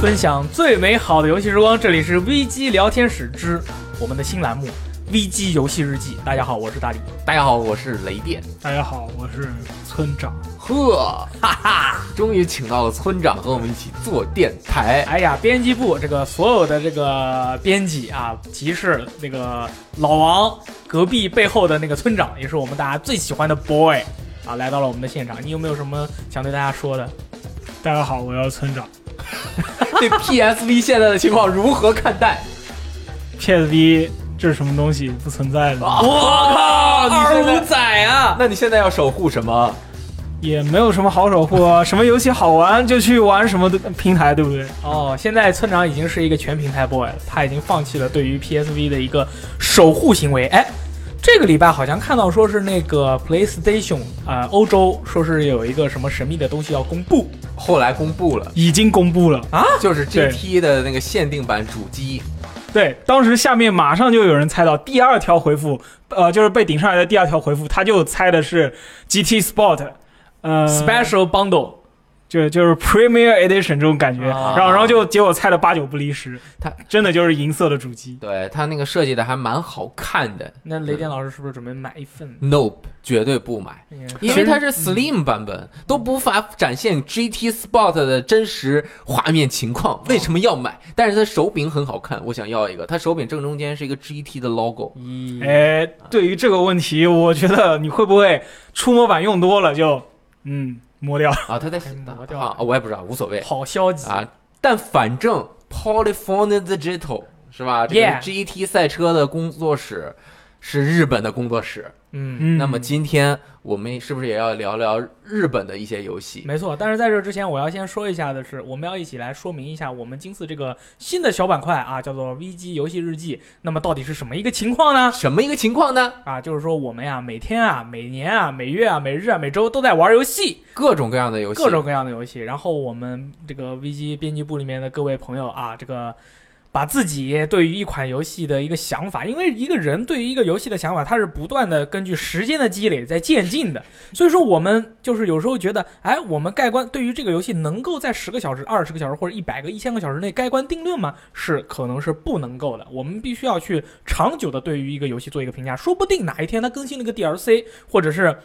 分享最美好的游戏时光，这里是 VG 聊天室之我们的新栏目 VG 游戏日记。大家好，我是大力。大家好，我是雷电。大家好，我是村长。呵，哈哈，终于请到了村长和我们一起做电台。哎呀，编辑部这个所有的这个编辑啊，集市那个老王隔壁背后的那个村长，也是我们大家最喜欢的 boy 啊，来到了我们的现场。你有没有什么想对大家说的？大家好，我要村长。对 PSV 现在的情况如何看待？ PSV 这是什么东西？不存在的，哇哇二靠你现五在，仔啊！那你现在要守护什么？也没有什么好守护啊。什么游戏好玩就去玩什么的平台，对不对？哦，现在村长已经是一个全平台 boy 了，他已经放弃了对于 PSV 的一个守护行为。哎，这个礼拜好像看到说是那个 PlayStation 啊、呃，欧洲说是有一个什么神秘的东西要公布后来公布 了，已经公布了。就是对 GT 的那个限定版主机，对，当时下面马上就有人猜到第二条回复，呃，就是被顶上来的第二条回复，他就猜的是 GT Sport，呃 Special Bundle。就就是 Premier Edition 这种感觉。啊然后然后就结果猜的八九不离十，他真的就是银色的主机。对它那个设计的还蛮好看的。那雷电老师是不是准备买一份？ Nope，绝对不买。因为它是 Slim 版本，都无法展现 GT Sport 的真实画面情况，为什么要买？但是它手柄很好看，我想要一个。它手柄正中间是一个 GT 的 logo，咦，哎，对于这个问题，我觉得你会不会触摸板用多了就嗯摸掉？啊，它在哎磨掉了啊，我也不知道，无所谓好消极！啊。但反正 Polyphony Digital 是吧？这个 Yeah GT 赛车的工作室是日本的工作室。嗯，嗯，那么今天我们是不是也要聊聊日本的一些游戏？没错。但是在这之前，我要先说一下的是，我们要一起来说明一下我们今次这个新的小板块啊，叫做 VG 游戏日记。那么到底是什么一个情况呢？什么一个情况呢？啊，就是说我们呀，每天啊、每年啊、每月啊、每日啊、每周都在玩游戏，各种各样的游戏，各种各样的游戏。然后我们这个 VG 编辑部里面的各位朋友啊，这个把自己对于一款游戏的一个想法，因为一个人对于一个游戏的想法，它是不断的根据时间的积累在渐进的。所以说，我们就是有时候觉得，哎，我们盖棺对于这个游戏能够在十个小时、二十个小时或者一百个、一千个小时内盖棺定论吗？是可能是不能够的。我们必须要去长久的对于一个游戏做一个评价，说不定哪一天它更新了一个 DLC，或者是。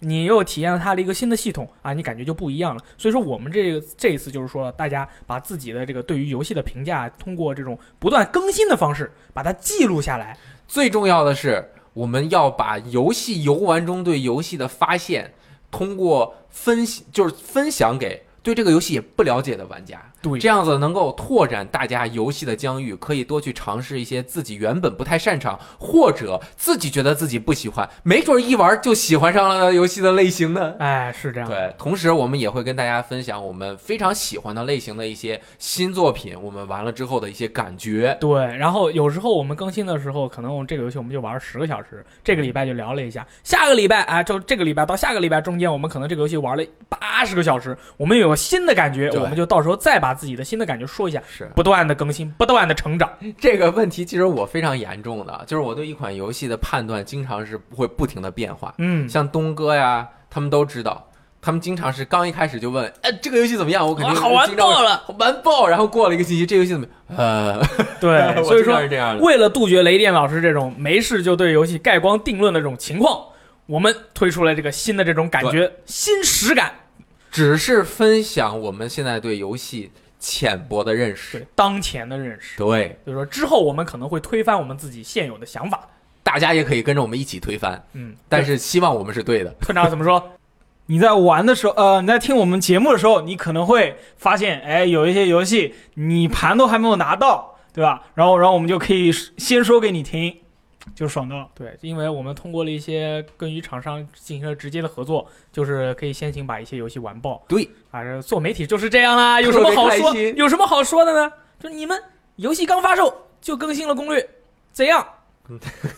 你又体验了它的一个新的系统啊，你感觉就不一样了。所以说，我们这个这一次就是说，大家把自己的这个对于游戏的评价，通过这种不断更新的方式把它记录下来。最重要的是，我们要把游戏游玩中对游戏的发现，通过分析，就是分享给对这个游戏也不了解的玩家。对这样子能够拓展大家游戏的疆域，可以多去尝试一些自己原本不太擅长，或者自己觉得自己不喜欢，没准一玩就喜欢上了游戏的类型呢。哎，是这样。对，同时我们也会跟大家分享我们非常喜欢的类型的一些新作品，我们玩了之后的一些感觉。对，然后有时候我们更新的时候，可能我们这个游戏我们就玩了十个小时，这个礼拜就聊了一下，下个礼拜啊，就这个礼拜到下个礼拜中间，我们可能这个游戏玩了八十个小时，我们有新的感觉，对我们就到时候再把自己的新的感觉说一下，是，不断的更新，不断的成长。这个问题其实我非常严重的，就是我对一款游戏的判断经常是会不停的变化。嗯，像东哥呀，他们都知道，他们经常是刚一开始就问，哎，这个游戏怎么 样？我肯定哇，好玩经常爆啊会，了！好玩爆。然后过了一个星期，这游戏怎么？呃，对， 我所以经常说是这样的。为了杜绝雷电老师这种没事就对游戏盖棺定论的这种情况，我们推出了这个新的这种感觉、新实感。只是分享我们现在对游戏浅薄的认识。对当前的认识，对，就是说之后我们可能会推翻我们自己现有的想法。大家也可以跟着我们一起推翻，嗯，但是希望我们是对的。村长怎么 说？你在玩的时候，呃，你在听我们节目的时候，你可能会发现，哎，有一些游戏你盘都还没有拿到，对吧？然后，然后我们就可以先说给你听，就爽到。对，因为我们通过了一些跟与厂商进行了直接的合作，就是可以先行把一些游戏完爆。对，啊，这做媒体就是这样啦，有什么好特说？别开心有什么好说的呢？就你们游戏刚发售就更新了攻略，怎样？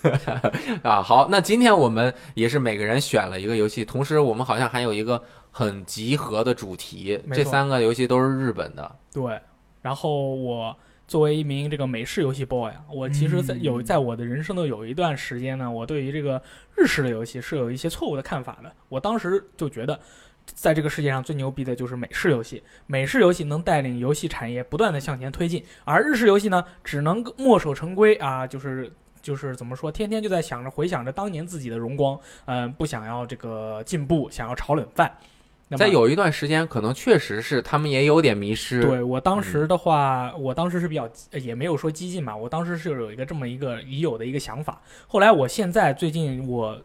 啊，好，那今天我们也是每个人选了一个游戏，同时我们好像还有一个很集合的主题，没错这三个游戏都是日本的。对，然后我作为一名这个美式游戏 boy 啊，我其实在嗯有在我的人生的有一段时间呢，我对于这个日式的游戏是有一些错误的看法的。我当时就觉得。在这个世界上最牛逼的就是美式游戏，美式游戏能带领游戏产业不断的向前推进，而日式游戏呢，只能墨守成规啊，就是就是怎么说，天天就在想着回想着当年自己的荣光，嗯、不想要这个进步，想要炒冷饭。那么在有一段时间，可能确实是他们也有点迷失。对我当时的话，我当时是比较呃也没有说激进嘛，我当时是有一个这么一个已有的一个想法。后来我现在最近我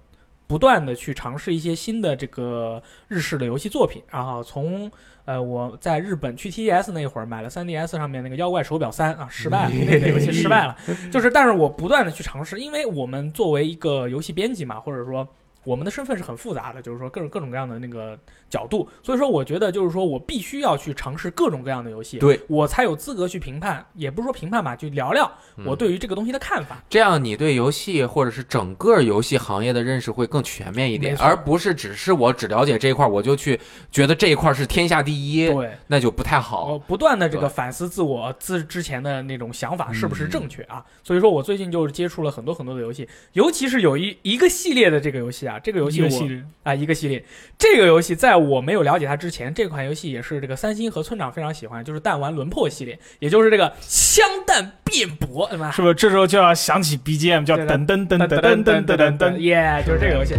不断的去尝试一些新的这个日式的游戏作品，然后从呃我在日本去 TGS 那一会儿买了 3DS 上面那个妖怪手表三啊，失败了，那个游戏失败了。就是，但是我不断的去尝试，因为我们作为一个游戏编辑嘛，或者说我们的身份是很复杂的，就是说各种各种各样的那个角度，所以说我觉得就是说我必须要去尝试各种各样的游戏，对我才有资格去评判，也不是说评判吧，就聊聊嗯我对于这个东西的看法。这样，你对游戏或者是整个游戏行业的认识会更全面一点没，错而不是只是我只了解这一块，我就去觉得这一块是天下第一，对，那就不太好。我不断的这个对反思自我自之前的那种想法是不是嗯正确啊？所以说我最近就是接触了很多很多的游戏，尤其是有一一个系列的这个游戏啊，这个游戏一我个系列，啊，一个系列。这个游戏在我没有了解它之前，这款游戏也是这个三星和村长非常喜欢，就是弹丸轮破系列，也就是这个枪弹辩驳，对吧？是不是？这时候就要响起 BGM，叫对噔噔噔噔噔噔噔噔噔噔。耶，就是这个游戏。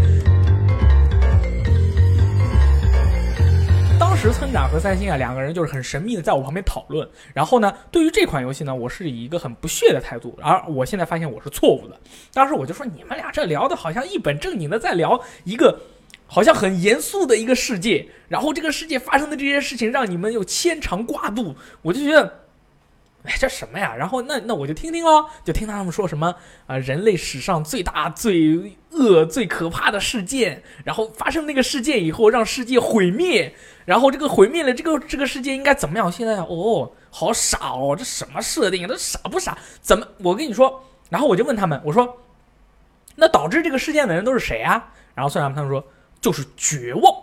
当时村长和三星啊两个人就是很神秘的在我旁边讨论，然后呢，对于这款游戏呢，我是以一个很不屑的态度，而我现在发现我是错误的。当时我就说你们俩这聊的好像一本正经的在聊一个好像很严肃的一个世界，然后这个世界发生的这些事情让你们有牵肠挂肚，我就觉得。哎，这什么呀？然后那那我就听听喽，就听他们说什么啊、人类史上最大、最恶、最可怕的事件，然后发生那个事件以后，让世界毁灭，然后这个毁灭了，这个这个世界应该怎么样？现在哦，好傻哦，这什么设定啊？这傻不傻？怎么？我跟你说，然后我就问他们，我说，那导致这个事件的人都是谁啊？然后村长他们说，就是绝望。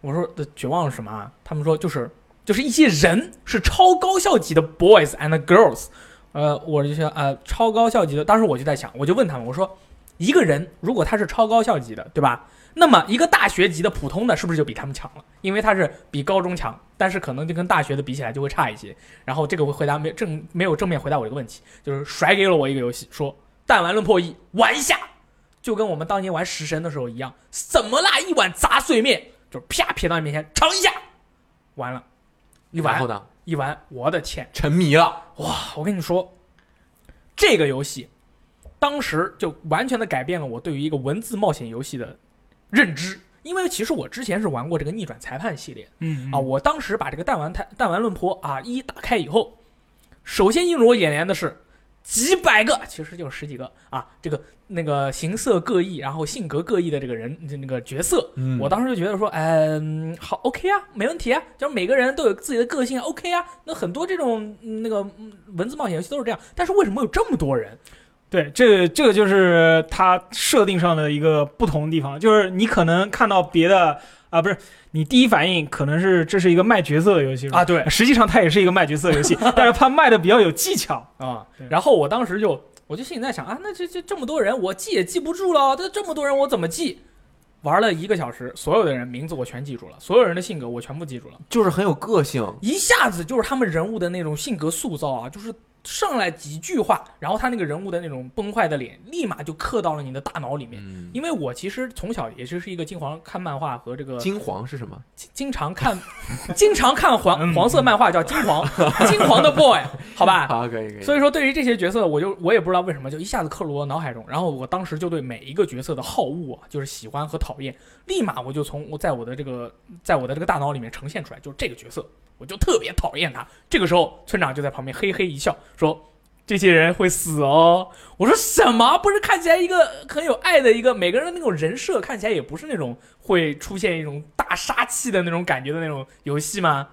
我说的绝望是什么啊？他们说就是就是一些人是超高校级的 boys and girls。呃，我就想呃，超高校级的，当时我就在想，我就问他们，我说一个人如果他是超高校级的，对吧？那么一个大学级的普通的，是不是就比他们强了？因为他是比高中强，但是可能就跟大学的比起来就会差一些。然后这个回答没正没有正面回答我这个问题，就是甩给了我一个游戏，说弹丸论破一玩一下，就跟我们当年玩食神的时候一样，怎么啦？一碗杂碎面，就是啪撇到你面前尝一下，完了，一然玩后呢，一玩，我的天！沉迷了，我跟你说，这个游戏当时就完全的改变了我对于一个文字冒险游戏的认知，因为其实我之前是玩过这个逆转裁判系列嗯啊，我当时把这个弹丸弹弹丸论破啊一打开以后，首先映入我眼帘的是。几百个，其实就是十几个啊，这个那个形色各异，然后性格各异的这个人，那个角色，嗯我当时就觉得说，嗯，好，OK 啊，没问题啊，就是每个人都有自己的个性啊，OK 啊。那很多这种嗯那个嗯文字冒险游戏都是这样，但是为什么有这么多人？对，这个这个就是它设定上的一个不同的地方，就是你可能看到别的啊，不是你第一反应可能是这是一个卖角色的游戏是吧啊对实际上它也是一个卖角色的 游戏，但是它卖的比较有技巧。啊对然后我当时就，我就心里在想啊，那这这这么多人，我记也记不住了，这这么多人我怎么记？玩了一个小时，所有的人名字我全记住了，所有人的性格我全部记住了，就是很有个性，一下子就是他们人物的那种性格塑造啊，就是上来几句话，然后他那个人物的那种崩坏的脸，立马就刻到了你的大脑里面。嗯，因为我其实从小也就是一个经常看漫画和这个经嗯金黄是什么？经常看， 经常看黄嗯黄色漫画叫金黄 金黄的 boy，好吧。啊好，可以可以。啊所以以说，对于这些角色，我就我也不知道为什么，就一下子刻入我脑海中。然后我当时就对每一个角色的好恶啊，就是喜欢和讨厌，立马我就从我在我的这个在我的这个大脑里面呈现出来，就是这个角色，我就特别讨厌他。这个时候，村长就在旁边嘿嘿一笑，说：“这些人会死哦。”我说什么？不是看起来一个很有爱的一个每个人的那种人设，看起来也不是那种会出现一种大杀气的那种感觉的那种游戏吗？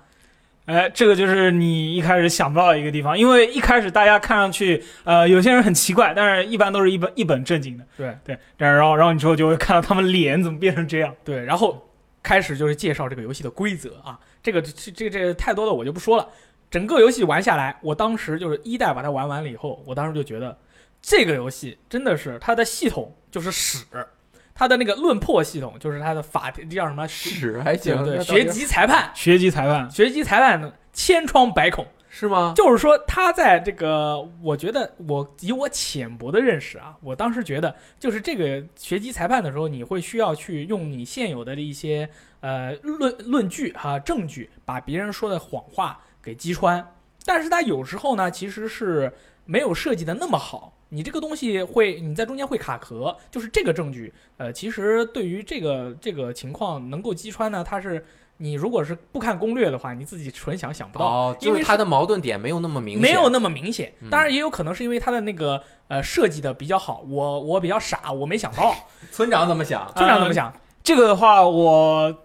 哎，这个就是你一开始想不到的一个地方，因为一开始大家看上去，呃，有些人很奇怪，但是一般都是一本一本正经的。对对，然后然后你之后就会看到他们脸怎么变成这样。对，然后开始就是介绍这个游戏的规则啊，这个这这这太多的我就不说了。整个游戏玩下来，我当时就是一代把它玩完了以后，我当时就觉得这个游戏真的是它的系统就是屎，它的那个论破系统，就是它的法庭叫什么？屎还对行，不对？那学到底籍裁判，学籍裁判，学籍裁判千疮百孔。是吗？就是说，他在这个，我觉得我以我浅薄的认识啊，我当时觉得，就是这个学籍裁判的时候，你会需要去用你现有的一些呃论论据哈、证据，把别人说的谎话给击穿。但是他有时候呢，其实是没有设计的那么好。你这个东西会，你在中间会卡壳，就是这个证据，呃，其实对于这个这个情况能够击穿呢，它是你如果是不看攻略的话，你自己纯想想不到。哦，因就为是是他的矛盾点没有那么明显，没有那么明显嗯。当然也有可能是因为它的那个呃设计的比较好，我我比较傻，我没想 到，村长怎么想？村长怎么想？这个的话，我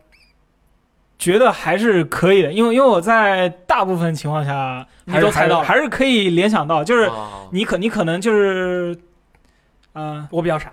觉得还是可以的，因为因为我在大部分情况下你还是都猜到了啊还是还是可以联想到，就是哦你可你可能就是，嗯、我比较傻，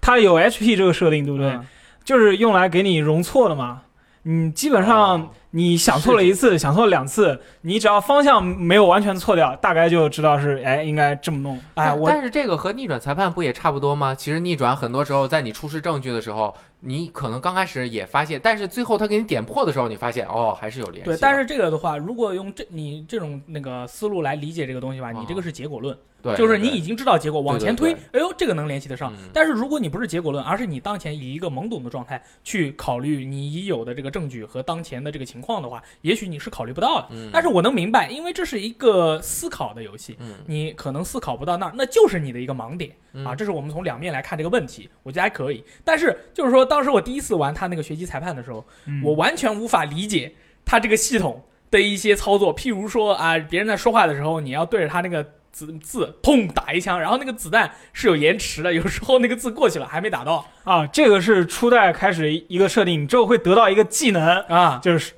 它有 HP 这个设定，对不对？嗯就是用来给你容错的嘛。你基本上哦你想错了一次，想错了两次，你只要方向没有完全错掉，大概就知道是哎应该这么弄。哎，但我但是这个和逆转裁判不也差不多吗？其实逆转很多时候在你出示证据的时候，你可能刚开始也发现，但是最后他给你点破的时候，你发现哦还是有联系的。对，但是这个的话，如果用这你这种那个思路来理解这个东西吧，哦你这个是结果论，对就是你对已经知道结果，往前推哎对，呦，这个能联系得上嗯。但是如果你不是结果论，而是你当前以一个懵懂的状态去考虑你已有的这个证据和当前的这个情况的话，也许你是考虑不到的。嗯，但是我能明白，因为这是一个思考的游戏，嗯你可能思考不到那儿，那就是你的一个盲点嗯啊。这是我们从两面来看这个问题，我觉得还可以。但是就是说，当时我第一次玩他那个学习裁判的时候，嗯我完全无法理解他这个系统的一些操作，譬如说啊，别人在说话的时候，你要对着他那个。字字砰打一枪，然后那个子弹是有延迟的，有时候那个字过去了还没打到啊，这个是初代开始一个设定，你之后会得到一个技能，啊就是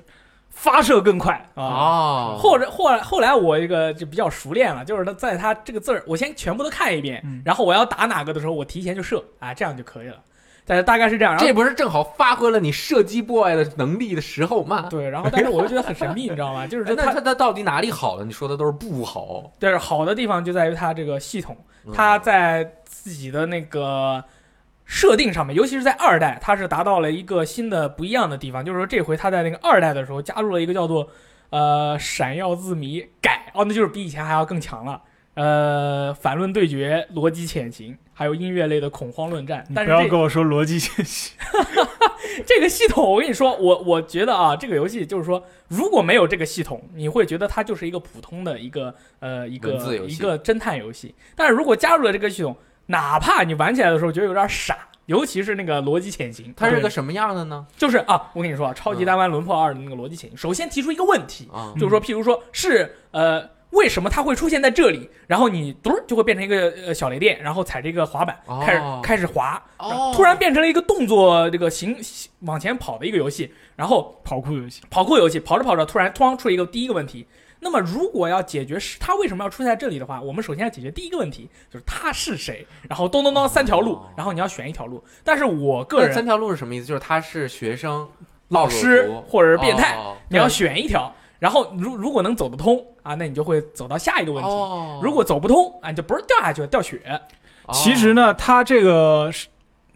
发射更快。啊！哦，或者或后来我这个就比较熟练了，就是他在他这个字儿，我先全部都看一遍，嗯然后我要打哪个的时候，我提前就射啊，这样就可以了。但是大概是这样，然后这不是正好发挥了你射击 boy 的能力的时候吗？对，然后但是我就觉得很神秘，你知道吗？就是哎说那它他他到底哪里好了？你说的都是不好。但是好的地方就在于它这个系统，嗯它在自己的那个设定上面，尤其是在二代，它是达到了一个新的不一样的地方，就是说这回它在那个二代的时候加入了一个叫做呃闪耀字谜改哦，那就是比以前还要更强了。嗯呃，反论对决、逻辑潜行，还有音乐类的恐慌论战，你但不是要这跟我说逻辑信息，这个系统，我跟你说，我我觉得啊，这个游戏就是说，如果没有这个系统，你会觉得它就是一个普通的一个呃一个文字游戏一个侦探游戏。但是如果加入了这个系统，哪怕你玩起来的时候觉得有点傻，尤其是那个逻辑潜行，他是对个什么样的呢？就是啊，我跟你说，啊，《超级嗯单湾轮破二》的那个逻辑潜行，首先提出一个问题，啊就是说，譬如说是呃。为什么它会出现在这里？然后你嘟儿就会变成一个呃小雷电，然后踩这个滑板，哦开始开始滑，然后哦，突然变成了一个动作这个行行往前跑的一个游戏，然后跑酷游戏。跑酷游戏跑着跑着，突然哐出了一个第一个问题。那么如果要解决是它为什么要出现在这里的话，我们首先要解决第一个问题，就是他是谁，然后咚咚咚三条路哦，然后你要选一条路。但是我个那三人条路是什么意思？就是他是学生、老师暴露族或者是变态，哦你要选一条，然后如如果能走得通啊，那你就会走到下一个问题。哦，如果走不通啊，你就不是掉下去了，掉血。哦其实，呢，它这个是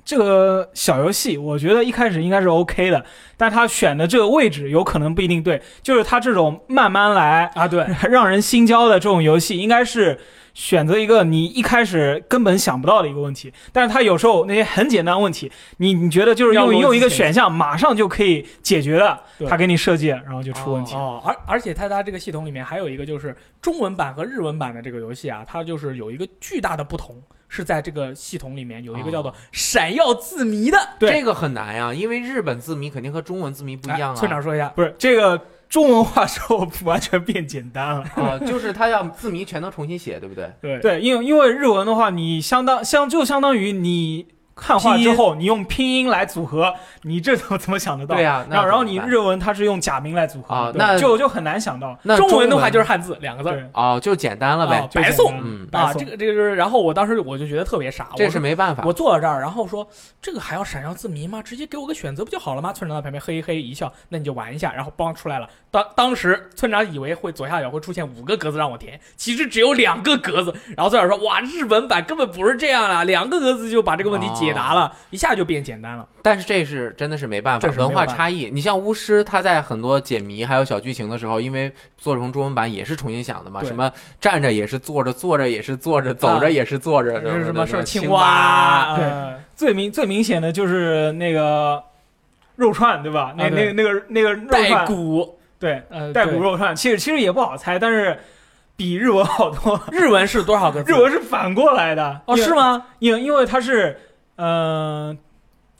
这个小游戏，我觉得一开始应该是 OK 的，但它选的这个位置有可能不一定对。就是它这种慢慢来、啊，对，让人心焦的这种游戏，应该是选择一个你一开始根本想不到的一个问题。但是它有时候那些很简单的问题，你你觉得就是要逻用辑用一个解选项马上就可以解决的对，它给你设计，然后就出问题。哦，而而且它它这个系统里面还有一个就是中文版和日文版的这个游戏啊，它就是有一个巨大的不同，是在这个系统里面有一个叫做哦“闪耀字谜”的。对这个很难呀、因为日本字谜肯定和中文字谜不一样啊。哎村长说一下，不是这个中文化之后完全变简单了。啊、就是他要字谜全都重新写，对不对？对对，因为因为日文的话，你相当相就相当于你汉化之后，你用拼音来组合，你这怎么怎么想得到？对啊呀那然后然后怎你么办日文它是用假名来组合啊对那就就很难想到。那中文文的话就是汉字两个字儿对，哦，就简单了呗。啊就白简送单嗯白啊。送这个这个就是，然后我当时我就觉得特别傻，这我是说没办法。我坐到这儿，然后说这个还要闪耀字谜吗？直接给我个选择不就好了吗？村长在旁边嘿嘿一笑，那你就玩一下，然后帮出来了。当当时村长以为会左下角会出现五个格子让我填，啊其实只有两个格子。然后村长说：“哇，日文版根本不是这样啦，两个格子就把这个问题解解答了，一下就变简单了。但是这是真的是没办法这，是没有文化办法差异。你像巫师，他在很多解谜还有小剧情的时候，因为做成中文版也是重新想的嘛，对啊什么站着也是坐着，坐着也是坐着，走着也是坐着，是什么么是青青蛙蛙？对呃，最明最明显的就是那个肉串，对吧？那、啊对那个那个那个肉带串，骨，对，呃，带骨对肉串，其实其实也不好猜，但是比日文好多。日文是多少 个字？日文是反过来的哦，因为是吗？因因为它是，嗯、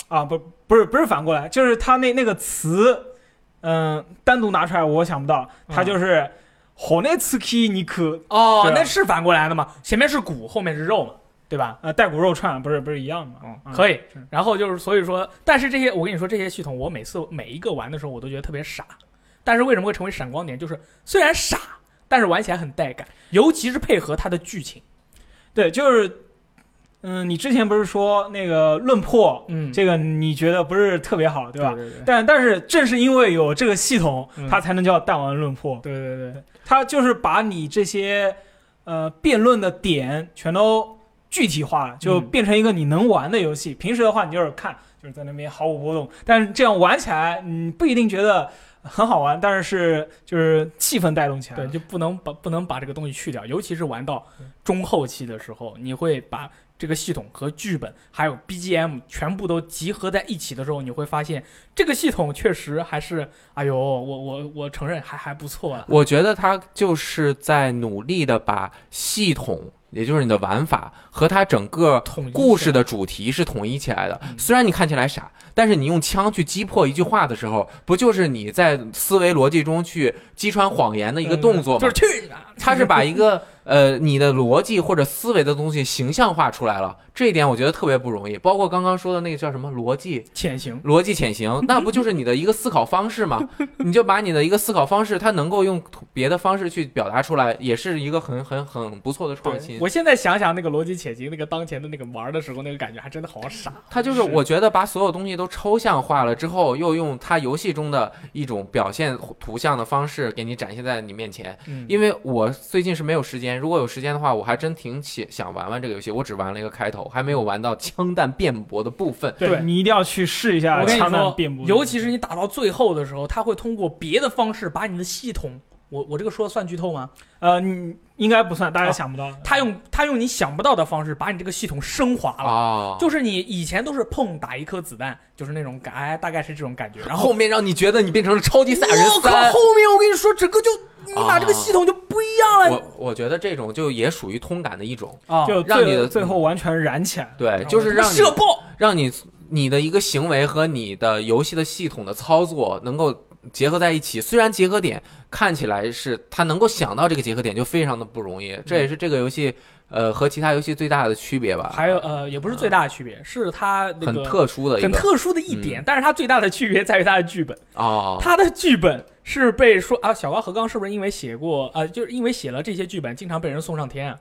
啊不不是不是反过来，就是它那那个词，嗯、单独拿出来我想不到，它嗯就是“火内茨基尼克哦，对啊那是反过来的嘛，前面是骨，后面是肉嘛，对吧？”，呃，带骨肉串不是不是一样的吗？嗯，可以是。然后就是，所以说，但是这些，我跟你说，这些系统，我每次每一个玩的时候，我都觉得特别傻。但是为什么会成为闪光点？就是虽然傻，但是玩起来很带感，尤其是配合它的剧情。对，就是，嗯、你之前不是说那个论破、嗯，这个你觉得不是特别好，对吧？对对但但是正是因为有这个系统，嗯它才能叫弹丸论破。对对对它就是把你这些呃辩论的点全都具体化了，就嗯变成一个你能玩的游戏。平时的话，你就是看，就是在那边毫无波动，但是这样玩起来，你不一定觉得很好玩，但是是就是气氛带动起来对，了。就不能把不能把这个东西去掉，尤其是玩到中后期的时候，你会把这个系统和剧本还有 BGM 全部都集合在一起的时候，你会发现这个系统确实还是，哎呦，我我我承认还还不错了。我觉得他就是在努力的把系统，也就是你的玩法和它整个统一故起事来的主题是统一起来的嗯。虽然你看起来傻，但是你用枪去击破一句话的时候，不就是你在思维逻辑中去击穿谎言的一个动作就吗是？去你的！他是把一个呃你的逻辑或者思维的东西形象化出来了，这一点我觉得特别不容易。包括刚刚说的那个叫什么逻辑 潜行，逻辑 潜行，那不就是你的一个思考方式吗？你就把你的一个思考方式，它能够用别的方式去表达出来，也是一个很很很不错的创新。我现在想想那个逻辑潜行，那个当前的那个玩的时候那个感觉，还真的好傻。它就是我觉得把所有东西都抽象化了之后，又用它游戏中的一种表现图像的方式给你展现在你面前。嗯因为我最近是没有时间，如果有时间的话，我还真挺想想玩玩这个游戏。我只玩了一个开头，还没有玩到枪弹辩驳的部分。对你一定要去试一下我跟你枪弹说辩驳，， 尤其是你打到最后的时候，他会通过别的方式把你的系统，我我这个说算剧透吗？呃，你应该不算，大家啊想不到的。他用他用你想不到的方式把你这个系统升华了。哦，就是你以前都是碰打一颗子弹，就是那种感，哎，大概是这种感觉。然后后面让你觉得你变成了超级赛亚人我靠，三后。面我跟你说，整个就你把这个啊系统就不一样了我我觉得这种就也属于通感的一种，啊就让你最的最后完全燃起来。嗯哦对，就是让你射爆，让你你的一个行为和你的游戏的系统的操作能够结合在一起。虽然结合点看起来是他能够想到这个结合点就非常的不容易，这也是这个游戏呃和其他游戏最大的区别吧。还有呃，也不是最大的区别，是它那很个特殊的一很个嗯特殊的一点，但是它最大的区别在于它的剧本，哦，它的剧本是被说啊，小高和刚是不是因为写过啊、就是因为写了这些剧本，经常被人送上天啊？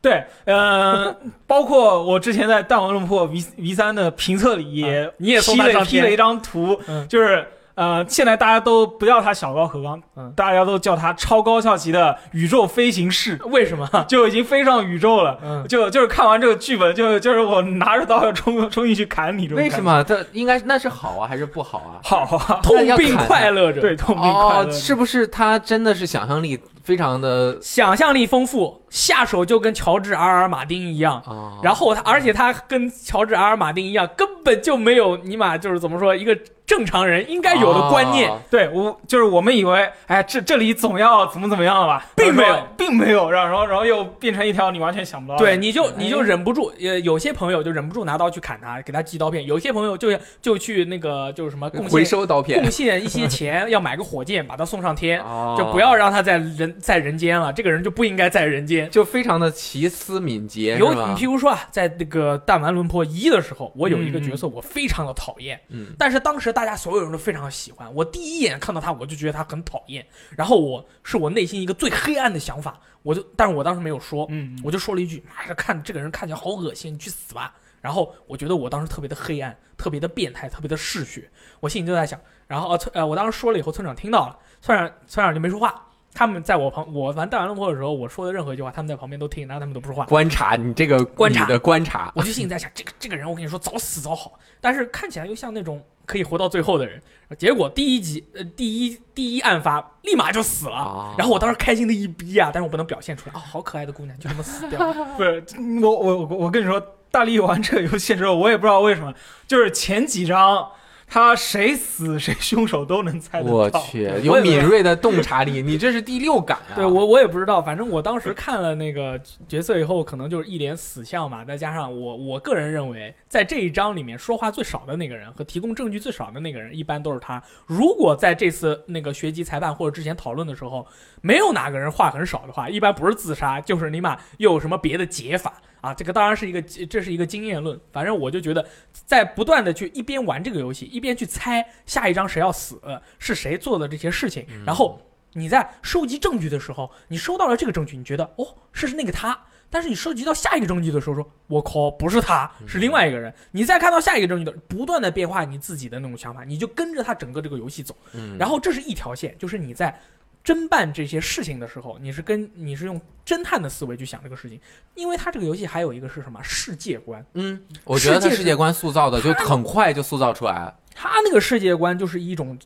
对，呃，包括我之前在《弹丸论破 V V 三》的评测里也、啊你也搜批他了上批天了一张图，嗯就是呃，现在大家都不叫他小高和刚，嗯大家都叫他超高校级的宇宙飞行士，为什么？就已经飞上宇宙了。嗯，就就是看完这个剧本，就就是我拿着刀要冲冲进去砍你这种为感觉，什么他应该那是好啊还是不好 啊？好啊？痛那要并砍快乐着，对，痛并快哦，乐着。是不是他真的是想象力非常的想象力丰富，下手就跟乔治 R R 马丁一样。啊？然后他，而且他跟乔治 R R 马丁一样，根本就没有尼玛就是怎么说一个正常人应该有的观念。哦对我就是我们以为，哎，这这里总要怎么怎么样了吧，并没有然后说，并没有，然后然后然后又变成一条你完全想不到的。对，你就哎你就忍不住，呃，有些朋友就忍不住拿刀去砍他，给他寄刀片；有些朋友就就去那个就是什么贡回献收刀片贡，献一些钱，要买个火箭把他送上天，哦就不要让他在人在人间了。这个人就不应该在人间。就非常的奇思敏捷，有是吧你譬如说啊，在那个《弹丸论破一》的时候，我有一个嗯角色我非常的讨厌，嗯但是当时大家所有人都非常喜欢。我第一眼看到他，我就觉得他很讨厌，然后我是我内心一个最黑暗的想法，我就，但是我当时没有说，嗯，我就说了一句：“妈呀，看这个人看起来好恶心，你去死吧！”然后我觉得我当时特别的黑暗，特别的变态，特别的嗜血。我心里就在想，然后呃村呃，我当时说了以后，村长听到了，村长村长就没说话，他们在我旁，我玩《弹丸论破》的时候，我说的任何一句话，他们在旁边都听，然后他们都不说话。观察你这个观察你的观察，我就心里在想，这个这个人，我跟你说，早死早好，但是看起来又像那种可以活到最后的人。结果第一集，呃，第一第一案发，立马就死了。啊然后我当时开心的一逼啊，但是我不能表现出来啊，好可爱的姑娘就这么死掉了。不是我我我我跟你说，大力玩这个游戏的时候，我也不知道为什么，就是前几章他谁死谁凶手都能猜得到。我去，有我以为敏锐的洞察力， 你这是第六感啊！对我我也不知道，反正我当时看了那个角色以后，可能就是一脸死相嘛，再加上我我个人认为，在这一章里面说话最少的那个人和提供证据最少的那个人，一般都是他。如果在这次那个学籍裁判或者之前讨论的时候，没有哪个人话很少的话，一般不是自杀，就是尼玛又有什么别的解法。啊，这个当然是一个，这是一个经验论。反正我就觉得，在不断的去一边玩这个游戏，一边去猜下一张谁要死，是谁做的这些事情，然后你在收集证据的时候，你收到了这个证据，你觉得哦是那个他，但是你收集到下一个证据的时候说，我靠不是他，是另外一个人。你再看到下一个证据的，不断的变化你自己的那种想法，你就跟着他整个这个游戏走。嗯，然后这是一条线，就是你在侦办这些事情的时候，你是跟你是用侦探的思维去想这个事情，因为它这个游戏还有一个是什么世界观，嗯，我觉得他世界世界观塑造的就很快就塑造出来了，它那个世界观就是一种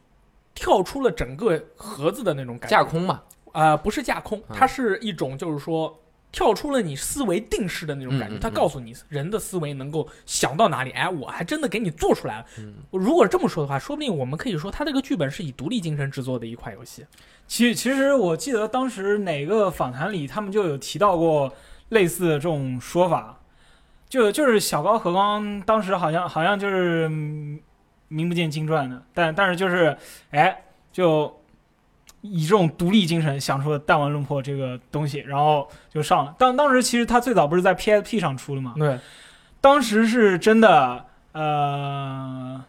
跳出了整个盒子的那种感觉，架空嘛，啊，不是架空，嗯它是一种就是说跳出了你思维定式的那种感觉。嗯嗯它告诉你人的思维能够想到哪里，哎，我还真的给你做出来了。嗯如果这么说的话，说不定我们可以说它这个剧本是以独立精神制作的一款游戏。其其实我记得当时哪个访谈里，他们就有提到过类似的这种说法，就就是小高和刚当时好像好像就是嗯名不见经传的，但但是就是哎，就以这种独立精神想出了弹丸论破这个东西，然后就上了。当当时其实他最早不是在 PSP 上出的啊嘛，对，当时是真的，呃，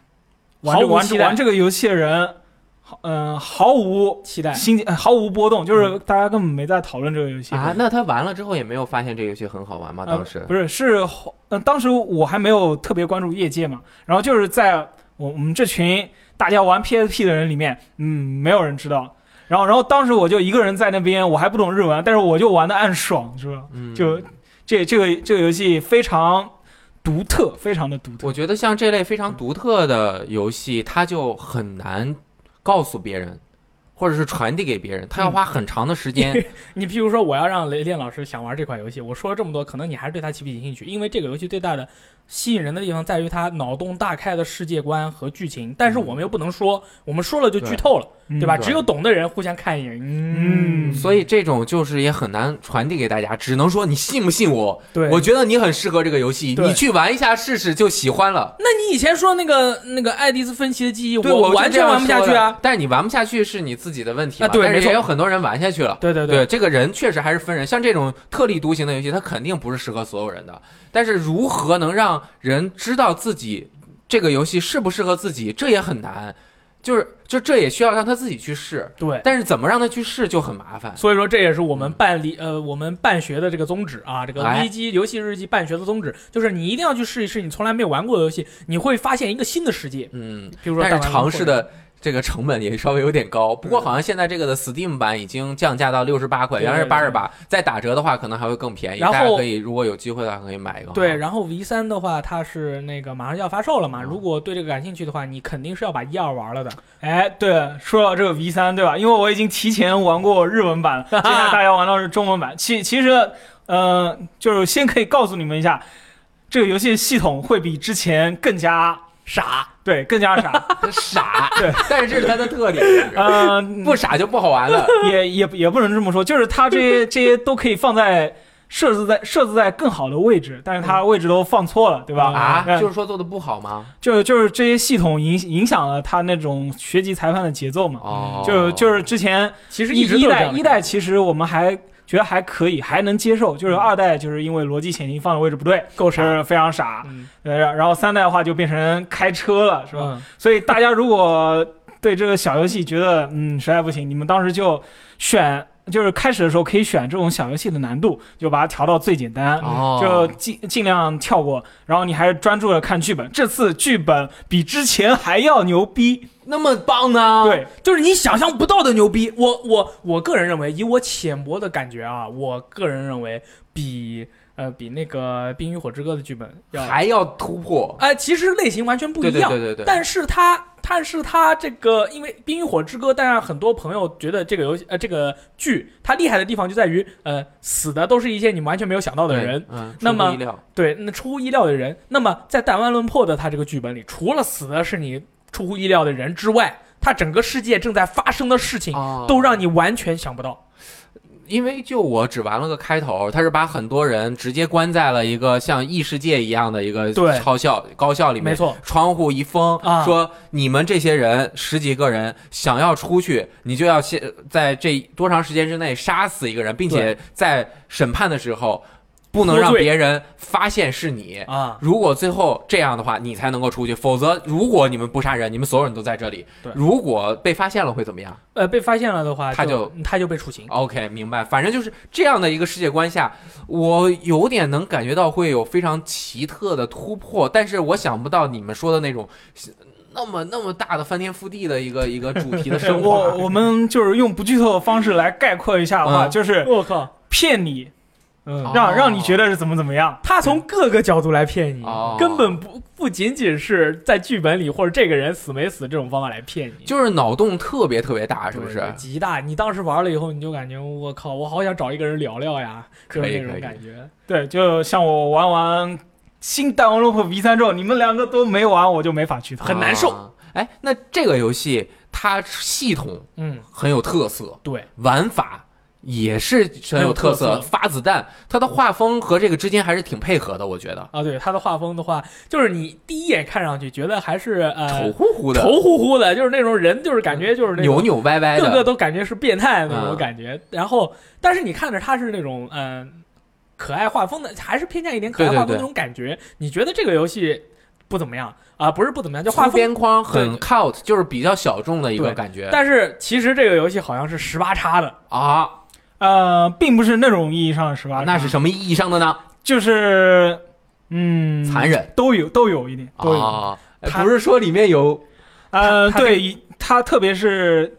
玩毫这无玩期这待玩这个游戏的人，毫嗯、毫无期哎待。心情、呃毫无波动，嗯就是大家根本没在讨论这个游戏啊，那他完了之后也没有发现这游戏很好玩吗？啊当时呃、不是是后，呃，当时我还没有特别关注业界嘛，然后就是在我我们这群大家玩 PSP 的人里面，嗯，没有人知道。然后，然后当时我就一个人在那边，我还不懂日文，但是我就玩的暗爽，是吧？嗯，就这这个这个游戏非常独特，非常的独特。我觉得像这类非常独特的游戏，它就很难告诉别人，或者是传递给别人，它要花很长的时间。你譬如说，我要让雷电老师想玩这款游戏，我说了这么多，可能你还是对它起不起兴趣，因为这个游戏最大的吸引人的地方在于它脑洞大开的世界观和剧情。但是我们又不能说，我们说了就剧透了，嗯对吧？嗯对只有懂的人互相看一眼，嗯，嗯所以这种就是也很难传递给大家，只能说你信不信我？对。我觉得你很适合这个游戏，对你去玩一下试试就喜欢了。那你以前说那个那个爱迪斯芬奇的记忆，对我就完这全样玩不下说去的啊。！但是你玩不下去是你自己的问题嘛？啊对但没是错也有很多人玩下去了。对对对，这个人确实还是分人，像这种特立独行的游戏，它肯定不是适合所有人的。但是如何能让人知道自己这个游戏适不适合自己，这也很难。就是就这也需要让他自己去试，对，但是怎么让他去试就很麻烦。所以说这也是我们办理呃我们办学的这个宗旨啊，这个嗯哎 V G 游戏日记办学的宗旨就是你一定要去试一试你从来没有玩过的游戏，你会发现一个新的世界。嗯，比如说弹但丸是论尝破试的这个成本也稍微有点高。不过好像现在这个的 Steam 版已经降价到六十八块，嗯对原来是对八十对八，再打折的话可能还会更便宜。然后大家可以如果有机会的话可以买一个。对，，然后 V 三的话，它是那个马上就要发售了嘛。啊如果对这个感兴趣的话，你肯定是要把一二玩了的。哎，对，说到这个 V 三，对吧？因为我已经提前玩过日 文版了，接下来大家玩到是中文版。其其实，呃，就是先可以告诉你们一下，这个游戏系统会比之前更加傻，对，更加 傻。 傻，对，但是这是它的特点，嗯、不傻就不好玩了。也也也不能这么说，就是它这些这些都可以放在设置在设置在更好的位置，但是它位置都放错了，对吧？嗯啊，嗯就是说做的不好吗？就就是这些系统影影响了它那种学级裁判的节奏嘛。哦，嗯就就是之前其实一直一都是这代样的一代其实我们还觉得还可以，还能接受，就是二代就是因为逻辑潜行放的位置不对，嗯够傻，是非常傻。嗯，呃，然然后三代的话就变成开车了，是是吧？吧？所以嗯大家如果对这个小游戏觉得嗯实在不行，你们当时就选就是开始的时候可以选这种小游戏的难度，就把它调到最简单，哦嗯就尽尽量跳过。然后你还是专注的看剧本，这次剧本比之前还要牛逼。那么棒哦呢？，对，就是你想象不到的牛逼。我我我个人认为，以我浅薄的感觉啊，我个人认为比呃比那个《冰与火之歌》的剧本要，还要突破，哎、其实类型完全不一对样。对对对对。但是它，但是它这个，因为《冰与火之歌》，但是很多朋友觉得这个游戏，呃，这个剧它厉害的地方就在于，呃，死的都是一些你完全没有想到的对人，，嗯，那出乎么哎意料对，那出乎意料的人。那么在《弹丸论破》的它这个剧本里，除了死的是你出乎意料的人之外，它整个世界正在发生的事情哦都让你完全想不到。因为就我只玩了个开头，他是把很多人直接关在了一个像异世界一样的一个对高校高校里面，没错，窗户一封，啊说你们这些人十几个人想要出去，你就要先在这多长时间之内杀死一个人，并且在审判的时候不能脱让罪别人发现是你。啊，如果最后这样的话，你才能够出去，否则如果你们不杀人，你们所有人都在这里对，如果被发现了会怎么样？呃，被发现了的话，他就嗯他就被处刑。 OK，明白。反正就是这样的一个世界观下，我有点能感觉到会有非常奇特的突破，但是我想不到你们说的那种那么那么大的翻天覆地的一个一个主题的升华 我。我们就是用不剧透的方式来概括一下的话，嗯就是我靠，骗你，嗯哦让让你觉得是怎么怎么样。他从各个角度来骗你，哦根本不不仅仅是在剧本里或者这个人死没死这种方法来骗你，就是脑洞特别特别大，是不对是？极大？你当时玩了以后，你就感觉我靠，我好想找一个人聊聊呀，就可以是那可种以感觉。对，就像我玩完新《弹丸论破 V 三》之后，你们两个都没玩，我就没法去很难受啊。哎，那这个游戏它系统嗯，很有特色，对，玩法也是很有特很色，有特色发子弹，它的画风和这个之间还是挺配合的，我觉得。啊，对，他的画风的话，就是你第一眼看上去觉得还是呃丑乎乎的，稠乎乎的，就是那种人，就是感觉就是那扭种扭歪歪的，个个都感觉是变态的那嗯种感觉。然后，但是你看着他是那种嗯、呃可爱画风的，还是偏向一点可爱对对画风对那种感觉。你觉得这个游戏不怎么样啊、不是不怎么样，就画画风。边框对很 cult，就是比较小众的一个对感觉但是其实这个游戏好像是十八叉的，啊。呃，并不是那种意义上的十八，那是什么意义上的呢？嗯就是嗯，残忍都有都有一点，都有。啊，它不是说里面有呃，它它这个对，它特别是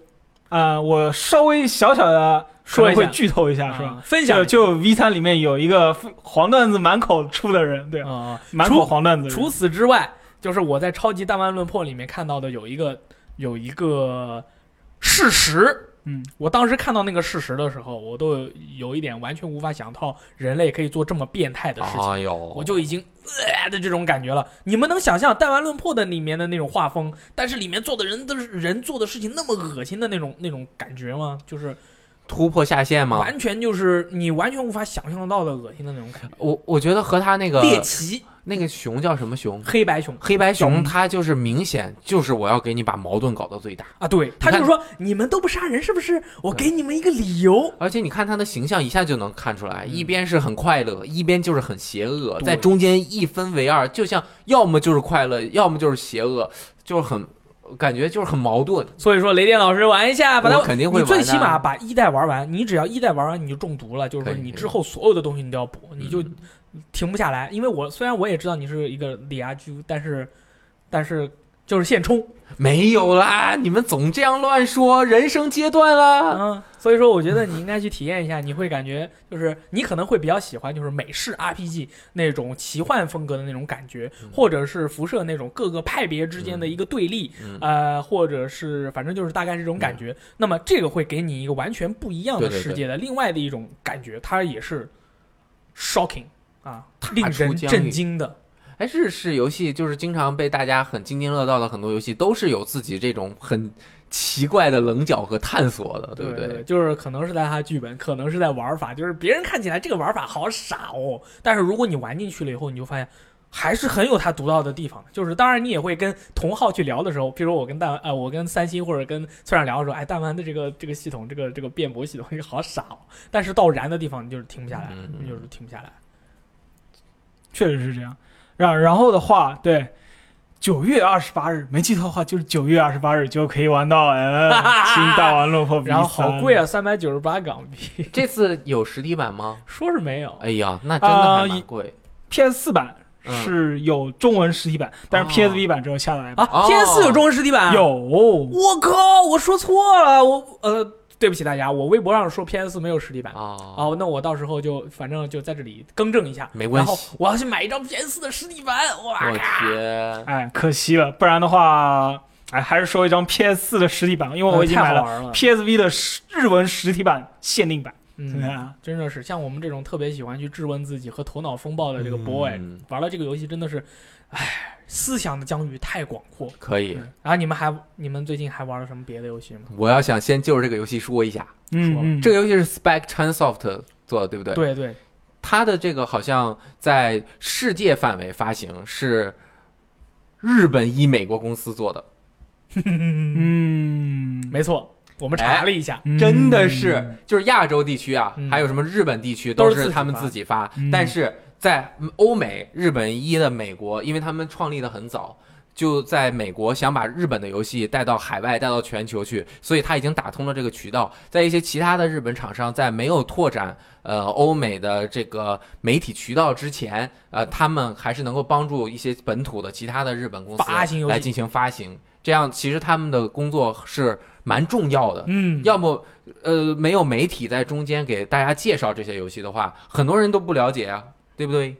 呃，我稍微小小的说一下会剧透一下是吧？啊分享一下就就 V 三里面有一个黄段子满口出的人，对，啊、满除口黄段子的人，除此之外，就是我在《超级弹丸论破》里面看到的有一个有一个事实，嗯，我当时看到那个事实的时候，我都有有一点完全无法想到人类可以做这么变态的事情，哎呦，我就已经呃的这种感觉了。你们能想象《弹丸论破》的里面的那种画风，但是里面做的人都是人做的事情那么恶心的那种那种感觉吗？就是突破下限吗？完全就是你完全无法想象到的恶心的那种感觉。我我觉得和他那个猎奇那个熊叫什么熊，黑白熊。黑白小熊，熊它就是明显就是我要给你把矛盾搞到最大，啊，对，他看就说你们都不杀人是不是？我给你们一个理由。而且你看他的形象一下就能看出来，嗯一边是很快乐，一边就是很邪恶，对在中间一分为二，就像要么就是快乐，要么就是邪恶，就是很感觉就是很矛盾。所以说，雷电老师玩一下，把它我肯定会你最玩的起码把一代玩完，你只要一代玩完你就中毒了，就是说可以你可以嗯之后所有的东西你都要补，你就停不下来。因为我虽然我也知道你是一个李阿居，但是但是就是现充，没有啦，你们总这样乱说，人生阶段啦。嗯，所以说我觉得你应该去体验一下，你会感觉就是你可能会比较喜欢就是美式 RPG 那种奇幻风格的那种感觉，或者是辐射那种各个派别之间的一个对立，嗯嗯呃，或者是反正就是大概是这种感觉。那么这个会给你一个完全不一样的对对对世界的另外的一种感觉，它也是 shocking 啊，出令人疆震域惊的。哎，日式游戏就是经常被大家很津津乐道的很多游戏，都是有自己这种很奇怪的棱角和探索的，对不对？就是可能是在它剧本，可能是在玩法，就是别人看起来这个玩法好傻哦，但是如果你玩进去了以后，你就发现。还是很有它独到的地方，就是当然你也会跟同号去聊的时候，比如我跟蛋呃我跟三星或者跟村上聊的时候，哎蛋丸的这个这个系统这个这个辩驳系统 好傻哦，但是到燃的地方你就是停不下来，嗯你就是停不下来。确实是这样。然然后的话，对，九月二十八日，没记错的话就是九月二十八日就可以玩到呃新《大王落魄 V 三》，然后好贵啊，三百九十八港币， 这次有实体版吗？说是没有，哎呀，那真的还啊蛮一贵。 ！PS 四版嗯是有中文实体版，但是哦 PSV 版只有下载版。啊哦 p s 有中文实体版？。有，我靠，我说错了，我呃，对不起大家，我微博上说 PS 没有实体版。啊，哦，那我到时候就反正就在这里更正一下，没关系然后我要去买一张 PS 的实体版，哇！我天，哎，可惜了，不然的话，哎，还是说一张 PS 四的实体版，因为我已经买哦太好了玩了， PSV 的实日文实体版限定版。 啊嗯，真的是像我们这种特别喜欢去质问自己和头脑风暴的这个 boy，、嗯玩了这个游戏真的是，唉，思想的疆域太广阔。可以。然后你们还，你们最近还玩了什么别的游戏吗？我要想先就着这个游戏说一下，说嗯嗯，这个游戏是 Spec Chunsoft 做的，对不对？，对对，它的这个好像在世界范围发行是日本一美国公司做的，嗯，没错，我们查了一下，嗯真的是就是亚洲地区啊，嗯还有什么日本地区都都是自己是他们发自己发，嗯但是在欧美日本一的美国，因为他们创立的很早。就在美国想把日本的游戏带到海外、带到全球去，所以他已经打通了这个渠道。在一些其他的日本厂商在没有拓展呃欧美的这个媒体渠道之前，呃，他们还是能够帮助一些本土的其他的日本公司发行游戏来进行发行。这样其实他们的工作是蛮重要的，嗯，要么呃没有媒体在中间给大家介绍这些游戏的话，很多人都不了解啊，对不对？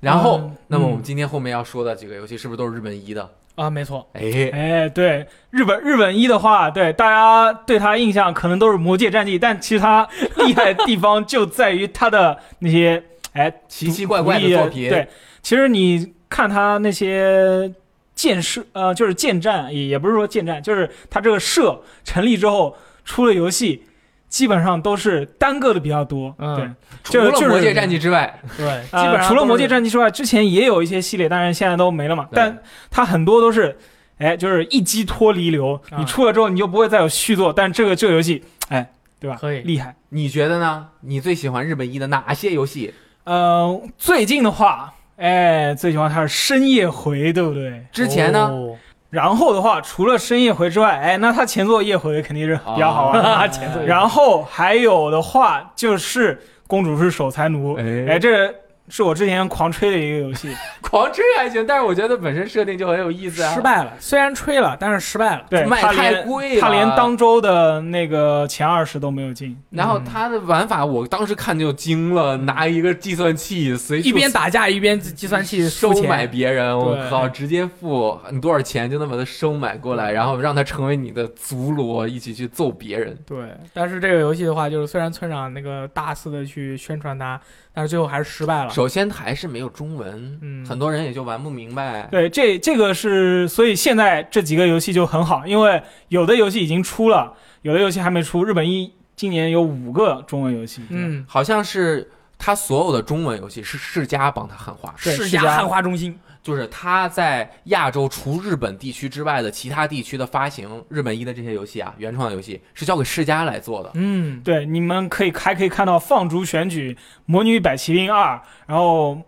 然后，嗯那么我们嗯今天后面要说的几个游戏是不是都是日本一的？啊，没错，哎，哎，对，日本日本一的话，对大家对他印象可能都是《魔界战记》，但其实他厉害的地方就在于他的那些哎奇奇怪怪独立啊的作品，对，其实你看他那些建设，呃，就是建站，也也不是说建站，就是他这个社成立之后出了游戏，基本上都是单个的比较多。嗯对，除就了是《魔界战记》之外，对，基呃本上、除了《魔界，战记》之外，之前也有一些系列，但是现在都没了嘛。对但它很多都是，哎，就是一击脱离流，啊你出了之后你就不会再有续作。但这个这个游戏，哎，对吧？可以厉害。你觉得呢？你最喜欢日本一的哪些游戏？呃，最近的话，哎，最喜欢它是《深夜回》，对不对？ 之前呢？哦然后的话，除了《深夜回》之外，哎，那它前作《夜回》肯定是比较好玩的。啊， 前作然后还有的话就是《公主是守财奴》，哎哎，这是我之前狂吹的一个游戏。狂吹还行，但是我觉得本身设定就很有意思啊。失败了，虽然吹了，但是失败了。对，卖它太连贵了，他连当嗯周的那个前二十都没有进。然后它的玩法，我当时看就惊了，拿一个计算器随处一边打架一边计算器收收钱，买别人，我对靠，直接付你多少钱就能把他收买过来，然后让他成为你的俘虏，一起去揍别人。对，但是这个游戏的话，就是虽然村长那个大肆的去宣传它，但是最后还是失败了。首先还是没有中文，啊嗯很多人也就玩不明白。对，这这个是，所以现在这几个游戏就很好，因为有的游戏已经出了，有的游戏还没出。日本一今年有五个中文游戏，，嗯，好像是他所有的中文游戏是世嘉帮他汉化，对世世家家汉化中心，就是他在亚洲除日本地区之外的其他地区的发行，日本一的这些游戏啊，原创的游戏是交给世嘉来做的。嗯，对，你们可以还可以看到《放逐选举》《魔女与百麒麟二》，然后。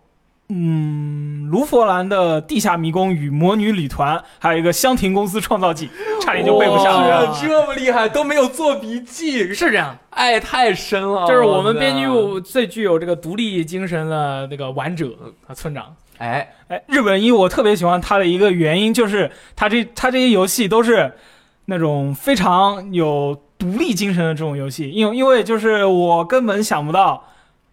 嗯，卢佛兰的《地下迷宫与魔女旅团》，还有一个香亭公司创造记，差点就背不下来了。哇这么厉害都没有做笔记，是这样，哦啊爱太深了。就是我们哇塞编剧部最具有这个独立精神的那个玩者啊，村长。哎，哎，日本一我特别喜欢它的一个原因就是它这它这些游戏都是那种非常有独立精神的这种游戏，因为因为就是我根本想不到，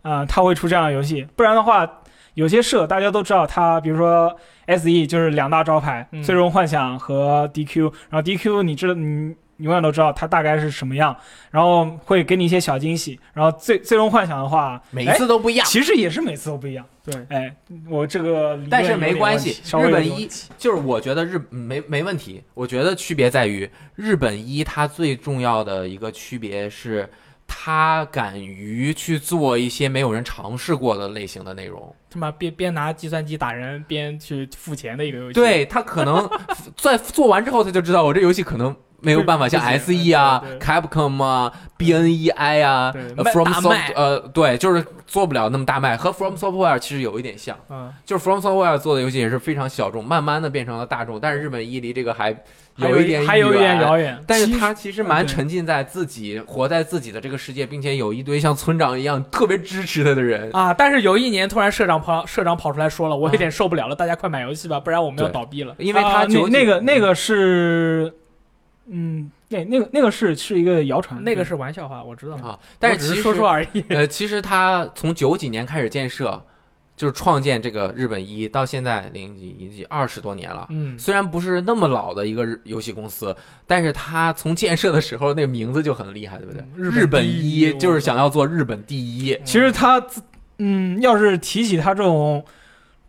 啊、它会出这样的游戏，不然的话。有些社大家都知道它，比如说 S E 就是两大招牌，嗯最终幻想和 D Q。然后 D Q 你知道你你永远都知道它大概是什么样，然后会给你一些小惊喜。然后最最终幻想的话，每哎次都不一样。其实也是每次都不一样。对，哎，我这个理论但是有点没关问题系，稍微日有本点问一题就是我觉得日没没问题，我觉得区别在于日本一它最重要的一个区别是，它敢于去做一些没有人尝试过的类型的内容。他妈边边拿计算机打人边去付钱的一个游戏。，对他可能在做完之后，他就知道我这游戏可能没有办法，像不行 S E 啊对、对 Capcom 啊、B N E I 啊、对呃卖 From 大卖 Soft 呃，对，就是做不了那么大卖，和 From Software 其实有一点像，嗯，就是 From Software 做的游戏也是非常小众，慢慢的变成了大众，但是日本一 E 离这个还还有一点还有一点远。遥远，但是其实他其实蛮对沉浸在自己活在自己的这个世界，并且有一堆像村长一样特别支持他的人。啊，但是有一年突然社长跑社长跑出来说了，我啊有点受不了了，大家快买游戏吧，不然我们要对倒闭了。因为他啊九嗯那几那个那个是，嗯，那那个那个是是一个谣传，那个对是玩笑话，我知道，啊，但嗯我是只其实说说而已。呃，其实他从九几年开始建设，就是创建这个日本一，到现在零几一几二十多年了。嗯，虽然不是那么老的一个日游戏公司，但是他从建设的时候那个名字就很厉害，对不对？日日本本第一一就是想要做日本第一，其实他，嗯，要是提起他这种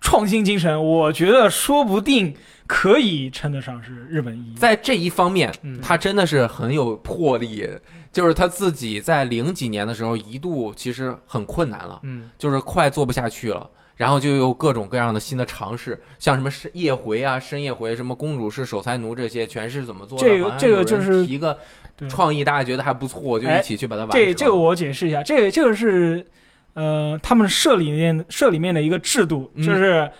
创新精神，我觉得说不定可以称得上是日本一。在这一方面嗯，他真的是很有魄力。就是他自己在零几年的时候一度其实很困难了，嗯，就是快做不下去了，然后就有各种各样的新的尝试，像什么深夜回啊、深夜回、什么公主式守财奴这些，全是怎么做的？这个好像这个有人就是提个对创意，大家觉得还不错，就哎一起去把它完成。这这个我解释一下，这个这个是，呃，他们社里面社里面的一个制度，嗯就是，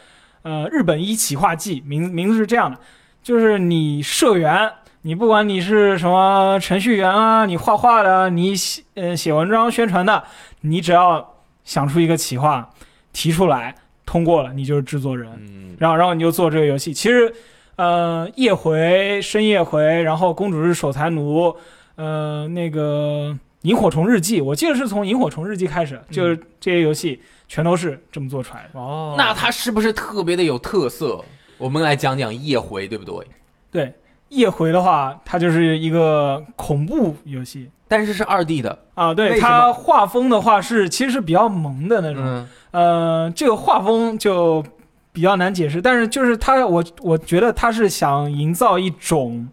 呃，日本一企划季，名名字是这样的，就是你社员，你不管你是什么程序员啊，你画画的啊，你写呃写文章宣传的，你只要想出一个企划，提出来通过了，你就是制作人。嗯，然后然后你就做这个游戏。其实，呃，夜回、深夜回，然后公主日守财奴，呃，那个萤火虫日记，我记得是从萤火虫日记开始，就是嗯这些游戏全都是这么做出来的。哦，那他是不是特别的有特色？我们来讲讲夜回，对不对？对，夜回的话，它就是一个恐怖游戏。但是是二 D 的，啊，为对什么它画风的话是其实是比较萌的那种，嗯，呃，这个画风就比较难解释，但是就是他，我我觉得他是想营造一种，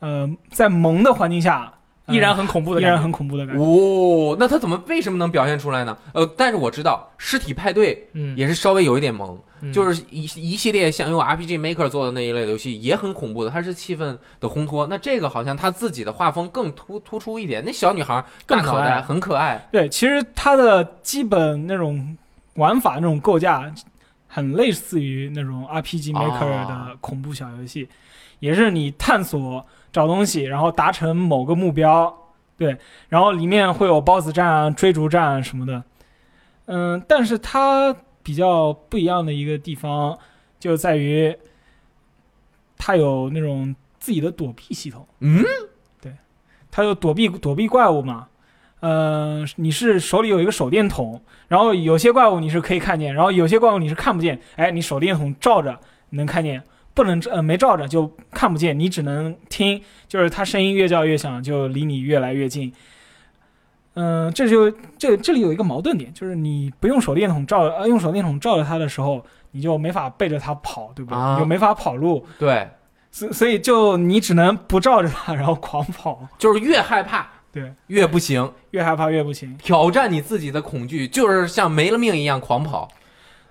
呃，在萌的环境下，呃嗯依然很恐怖的依感觉，然很恐怖的感觉。哦，那他怎么为什么能表现出来呢？呃，但是我知道尸体派对嗯，也是稍微有一点萌，嗯就是一一系列像用 RPG Maker 做的那一类的游戏也很恐怖的，它是气氛的烘托。那这个好像他自己的画风更突突出一点，那小女孩儿更大可脑袋爱很可爱。对，其实它的基本那种玩法、那种构架，很类似于那种 RPG 啊 Maker 的恐怖小游戏，也是你探索找东西，然后达成某个目标，对，然后里面会有 BOSS 战啊、追逐战啊什么的。嗯，但是它比较不一样的一个地方就在于，它有那种自己的躲避系统。嗯，它就躲避躲避怪物嘛。呃，你是手里有一个手电筒，然后有些怪物你是可以看见，然后有些怪物你是看不见。哎，你手电筒照着你能看见，不能呃没照着就看不见，你只能听，就是它声音越叫越响，就离你越来越近。嗯、这就这这里有一个矛盾点，就是你不用手电筒照呃用手电筒照着它的时候，你就没法背着它跑，对吧？啊你就没法跑路，对，所所以就你只能不照着它，然后狂跑，就是越害怕，对，越不行，越害怕越不行。挑战你自己的恐惧，就是像没了命一样狂跑。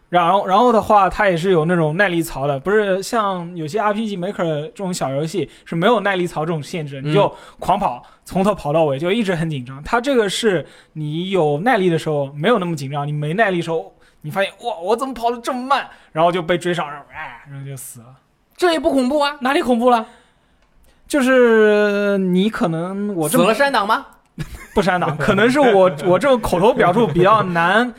然后，然后的话，它也是有那种耐力槽的，不是像有些 RPG Maker 这种小游戏是没有耐力槽这种限制，嗯你就狂跑，从头跑到尾，就一直很紧张。它这个是你有耐力的时候没有那么紧张，你没耐力的时候，你发现哇，我怎么跑得这么慢，然后就被追上，然后哎，然后就死了。这也不恐怖啊，哪里恐怖了？就是你可能我死这么了删档吗？不删档，可能 是我我这种口头表述比较难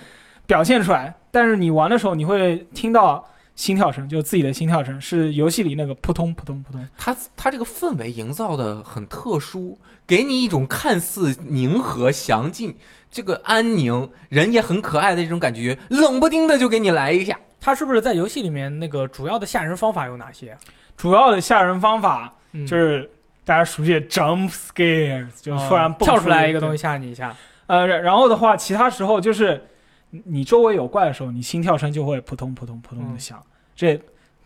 表现出来，但是你玩的时候你会听到心跳声，就自己的心跳声是游戏里那个扑通扑通扑通。它它这个氛围营造的很特殊，给你一种看似宁和详尽，这个安宁，人也很可爱的这种感觉，冷不丁的就给你来一下。他是不是在游戏里面那个主要的吓人方法有哪些？主要的吓人方法嗯就是大家熟悉的 jump scare，就突然啊蹦跳出来一个东西。西吓你一下，呃，然然后的话，其他时候就是你你周围有怪的时候，你心跳声就会扑通扑通扑通的嗯响，这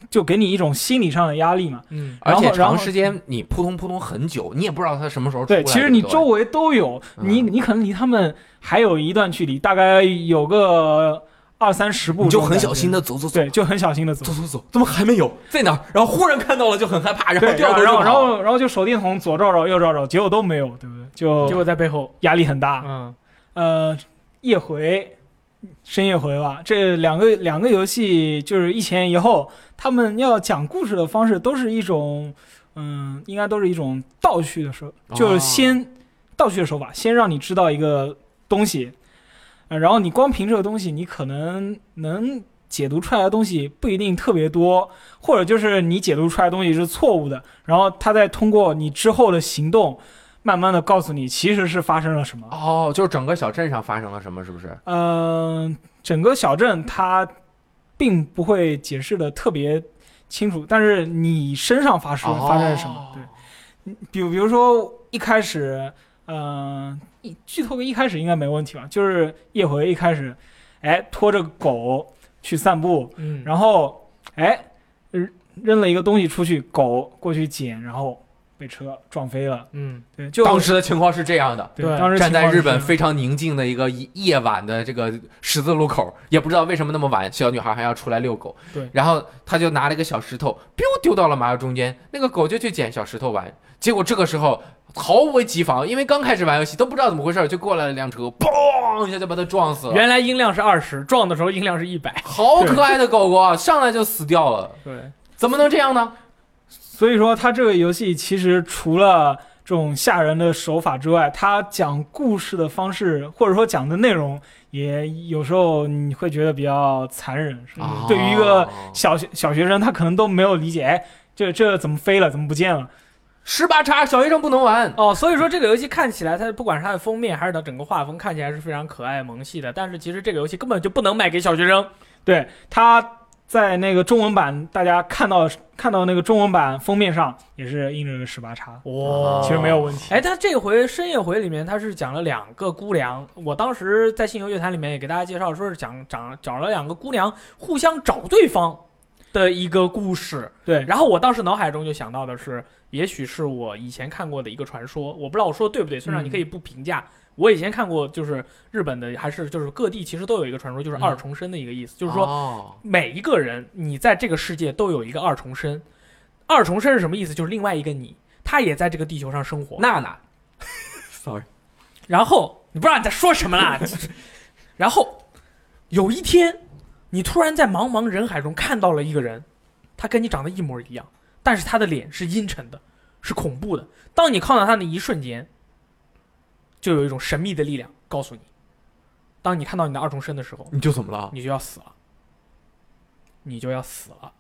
就给你一种心理上的压力嘛。嗯而且然后然后长时间你扑通扑通很久，你也不知道它什么时候出来。对，其实你不周围都有，嗯你你可能离他们还有一段距离，大概有个二三十步，你就很小心，的走走走对，就很小心的走走。走走，怎么还没有？在哪儿？然后忽然看到了就很害怕，然后对，掉然头后就然后跑然后然后就手电筒左照照右照照，结果都没有，对不对？结就果在背后，压力很大。嗯，呃，夜回、深夜回吧，这两个两个游戏就是一前一后，他们要讲故事的方式都是一种，嗯，应该都是一种倒叙的手，就是先、倒叙的手法，先让你知道一个东西，呃然后你光凭这个东西，你可能能。解读出来的东西不一定特别多，或者就是你解读出来的东西是错误的，然后他再通过你之后的行动，慢慢的告诉你其实是发生了什么。哦，就是整个小镇上发生了什么，是不是？嗯，整个小镇它并不会解释的特别清楚，但是你身上发生发生了什哦么？对，比比如说一开始，嗯、一剧透个一开始应该没问题吧？就是叶回一开始，哎，拖着狗去散步，嗯，然后哎扔扔了一个东西出去，狗过去捡，然后被车撞飞了。嗯，对，就当时的情况是这样的。对对当时站在情况日本是非常宁静的一个夜晚的这个十字路口，也不知道为什么那么晚，小女孩还要出来遛狗。对然后她就拿了一个小石头，biu 丢到了马路中间，那个狗就去捡小石头玩。结果这个时候毫无提防，因为刚开始玩游戏都不知道怎么回事，就过来了辆车，嘣一下就把它撞死了。嗯原来音量是二十，撞的时候音量是一百，好可爱的狗狗啊，上来就死掉了，对， 怎么能这样呢？所以说，它这个游戏其实除了这种吓人的手法之外，它讲故事的方式或者说讲的内容，也有时候你会觉得比较残忍。是吧啊对于一个哦小学小学生，他可能都没有理解，哎，这这怎么飞了？怎么不见了？十八叉小学生不能玩，哦，所以说这个游戏看起来，它不管是它的封面还是它整个画风，看起来是非常可爱萌系的，但是其实这个游戏根本就不能卖给小学生，对，他在那个中文版，大家看到看到那个中文版封面上也是印着个十八叉，哦其实没有问题。哎，他这回深夜回里面，他是讲了两个姑娘。我当时在信游乐坛里面也给大家介绍，说是讲讲找了两个姑娘互相找对方的一个故事。对，然后我当时脑海中就想到的是，也许是我以前看过的一个传说，我不知道我说的对不对，村长嗯你可以不评价。我以前看过，就是日本的，还是就是各地其实都有一个传说，就是嗯哦二重生的一个意思，就就是说每一个人，你在这个世界都有一个二重生。二重生是什么意思？就是另外一个你，他也在这个地球上生活。娜娜 ，sorry，然后你不知道你在说什么啦。 然后有一天，你突然在茫茫人海中看到了一个人，他跟你长得一模一样，但是他的脸是阴沉的，是恐怖的。当你看到他的一瞬间，就有一种神秘的力量告诉你，当你看到你的二重身的时候，你就怎么了？你就要死了，你就要死了。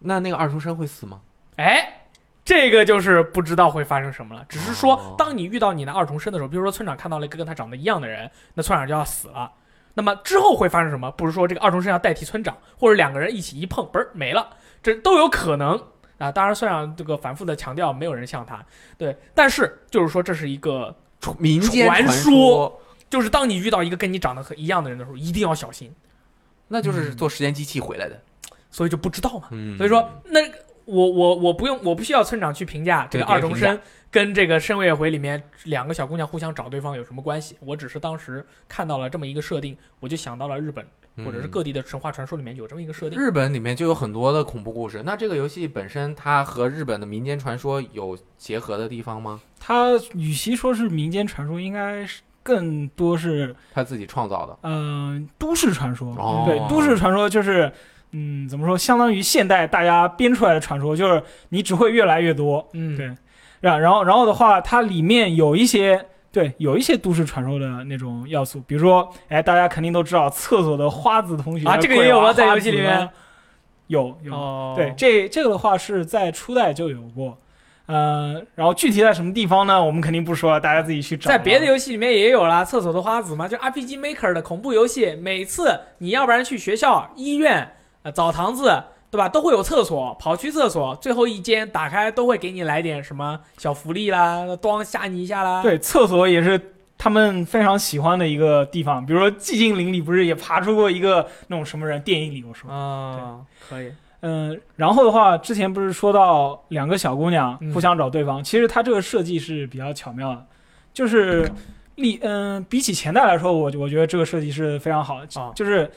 那那个二重生会死吗？哎，这个就是不知道会发生什么了。只是哦说，当你遇到你的二重身的时候，比如说村长看到了一个跟他长得一样的人，那村长就要死了。那么之后会发生什么？不是说这个二重身要代替村长，或者两个人一起一碰，嘣儿没了，这都有可能啊。当然，村长这个反复的强调，没有人像他，对。但是就是说，这是一个，传民间传说，说就是当你遇到一个跟你长得很一样的人的时候，一定要小心。那就是做时间机器回来的。所以就不知道嘛。嗯所以说，那我我我不用，我不需要村长去评价这个对别二重评身跟这个深夜回里面两个小姑娘互相找对方有什么关系。我只是当时看到了这么一个设定，我就想到了日本或者是各地的神话传说里面有这么一个设定。日本里面就有很多的恐怖故事。那这个游戏本身，它和日本的民间传说有结合的地方吗？它与其说是民间传说，应该是更多是他自己创造的。嗯，都市传说，哦对，都市传说就是，嗯，怎么说，相当于现代大家编出来的传说，就是你只会越来越多，嗯，对然然后然后的话，它里面有一些对有一些都市传说的那种要素，比如说，哎，大家肯定都知道厕所的花子同学啊这个鬼也有吗娃在花游戏子里呢面有有，哦，对，这这个的话是在初代就有过。呃，然后具体在什么地方呢？我们肯定不说了，大家自己去找啊吧。在别的游戏里面也有啦，《厕所的花子》嘛，就 RPG Maker 的恐怖游戏，每次你要不然去学校、医院、呃澡堂子，对吧，都会有厕所，跑去厕所，最后一间打开都会给你来点什么小福利啦，咣吓你一下啦。对，厕所也是他们非常喜欢的一个地方。比如说《寂静岭》里不是也爬出过一个那种什么人？电影里我说，啊，可以，嗯，然后的话，之前不是说到两个小姑娘嗯互相找对方，其实它这个设计是比较巧妙的，就是历嗯、比起前代来说，我我觉得这个设计是非常好的，啊就是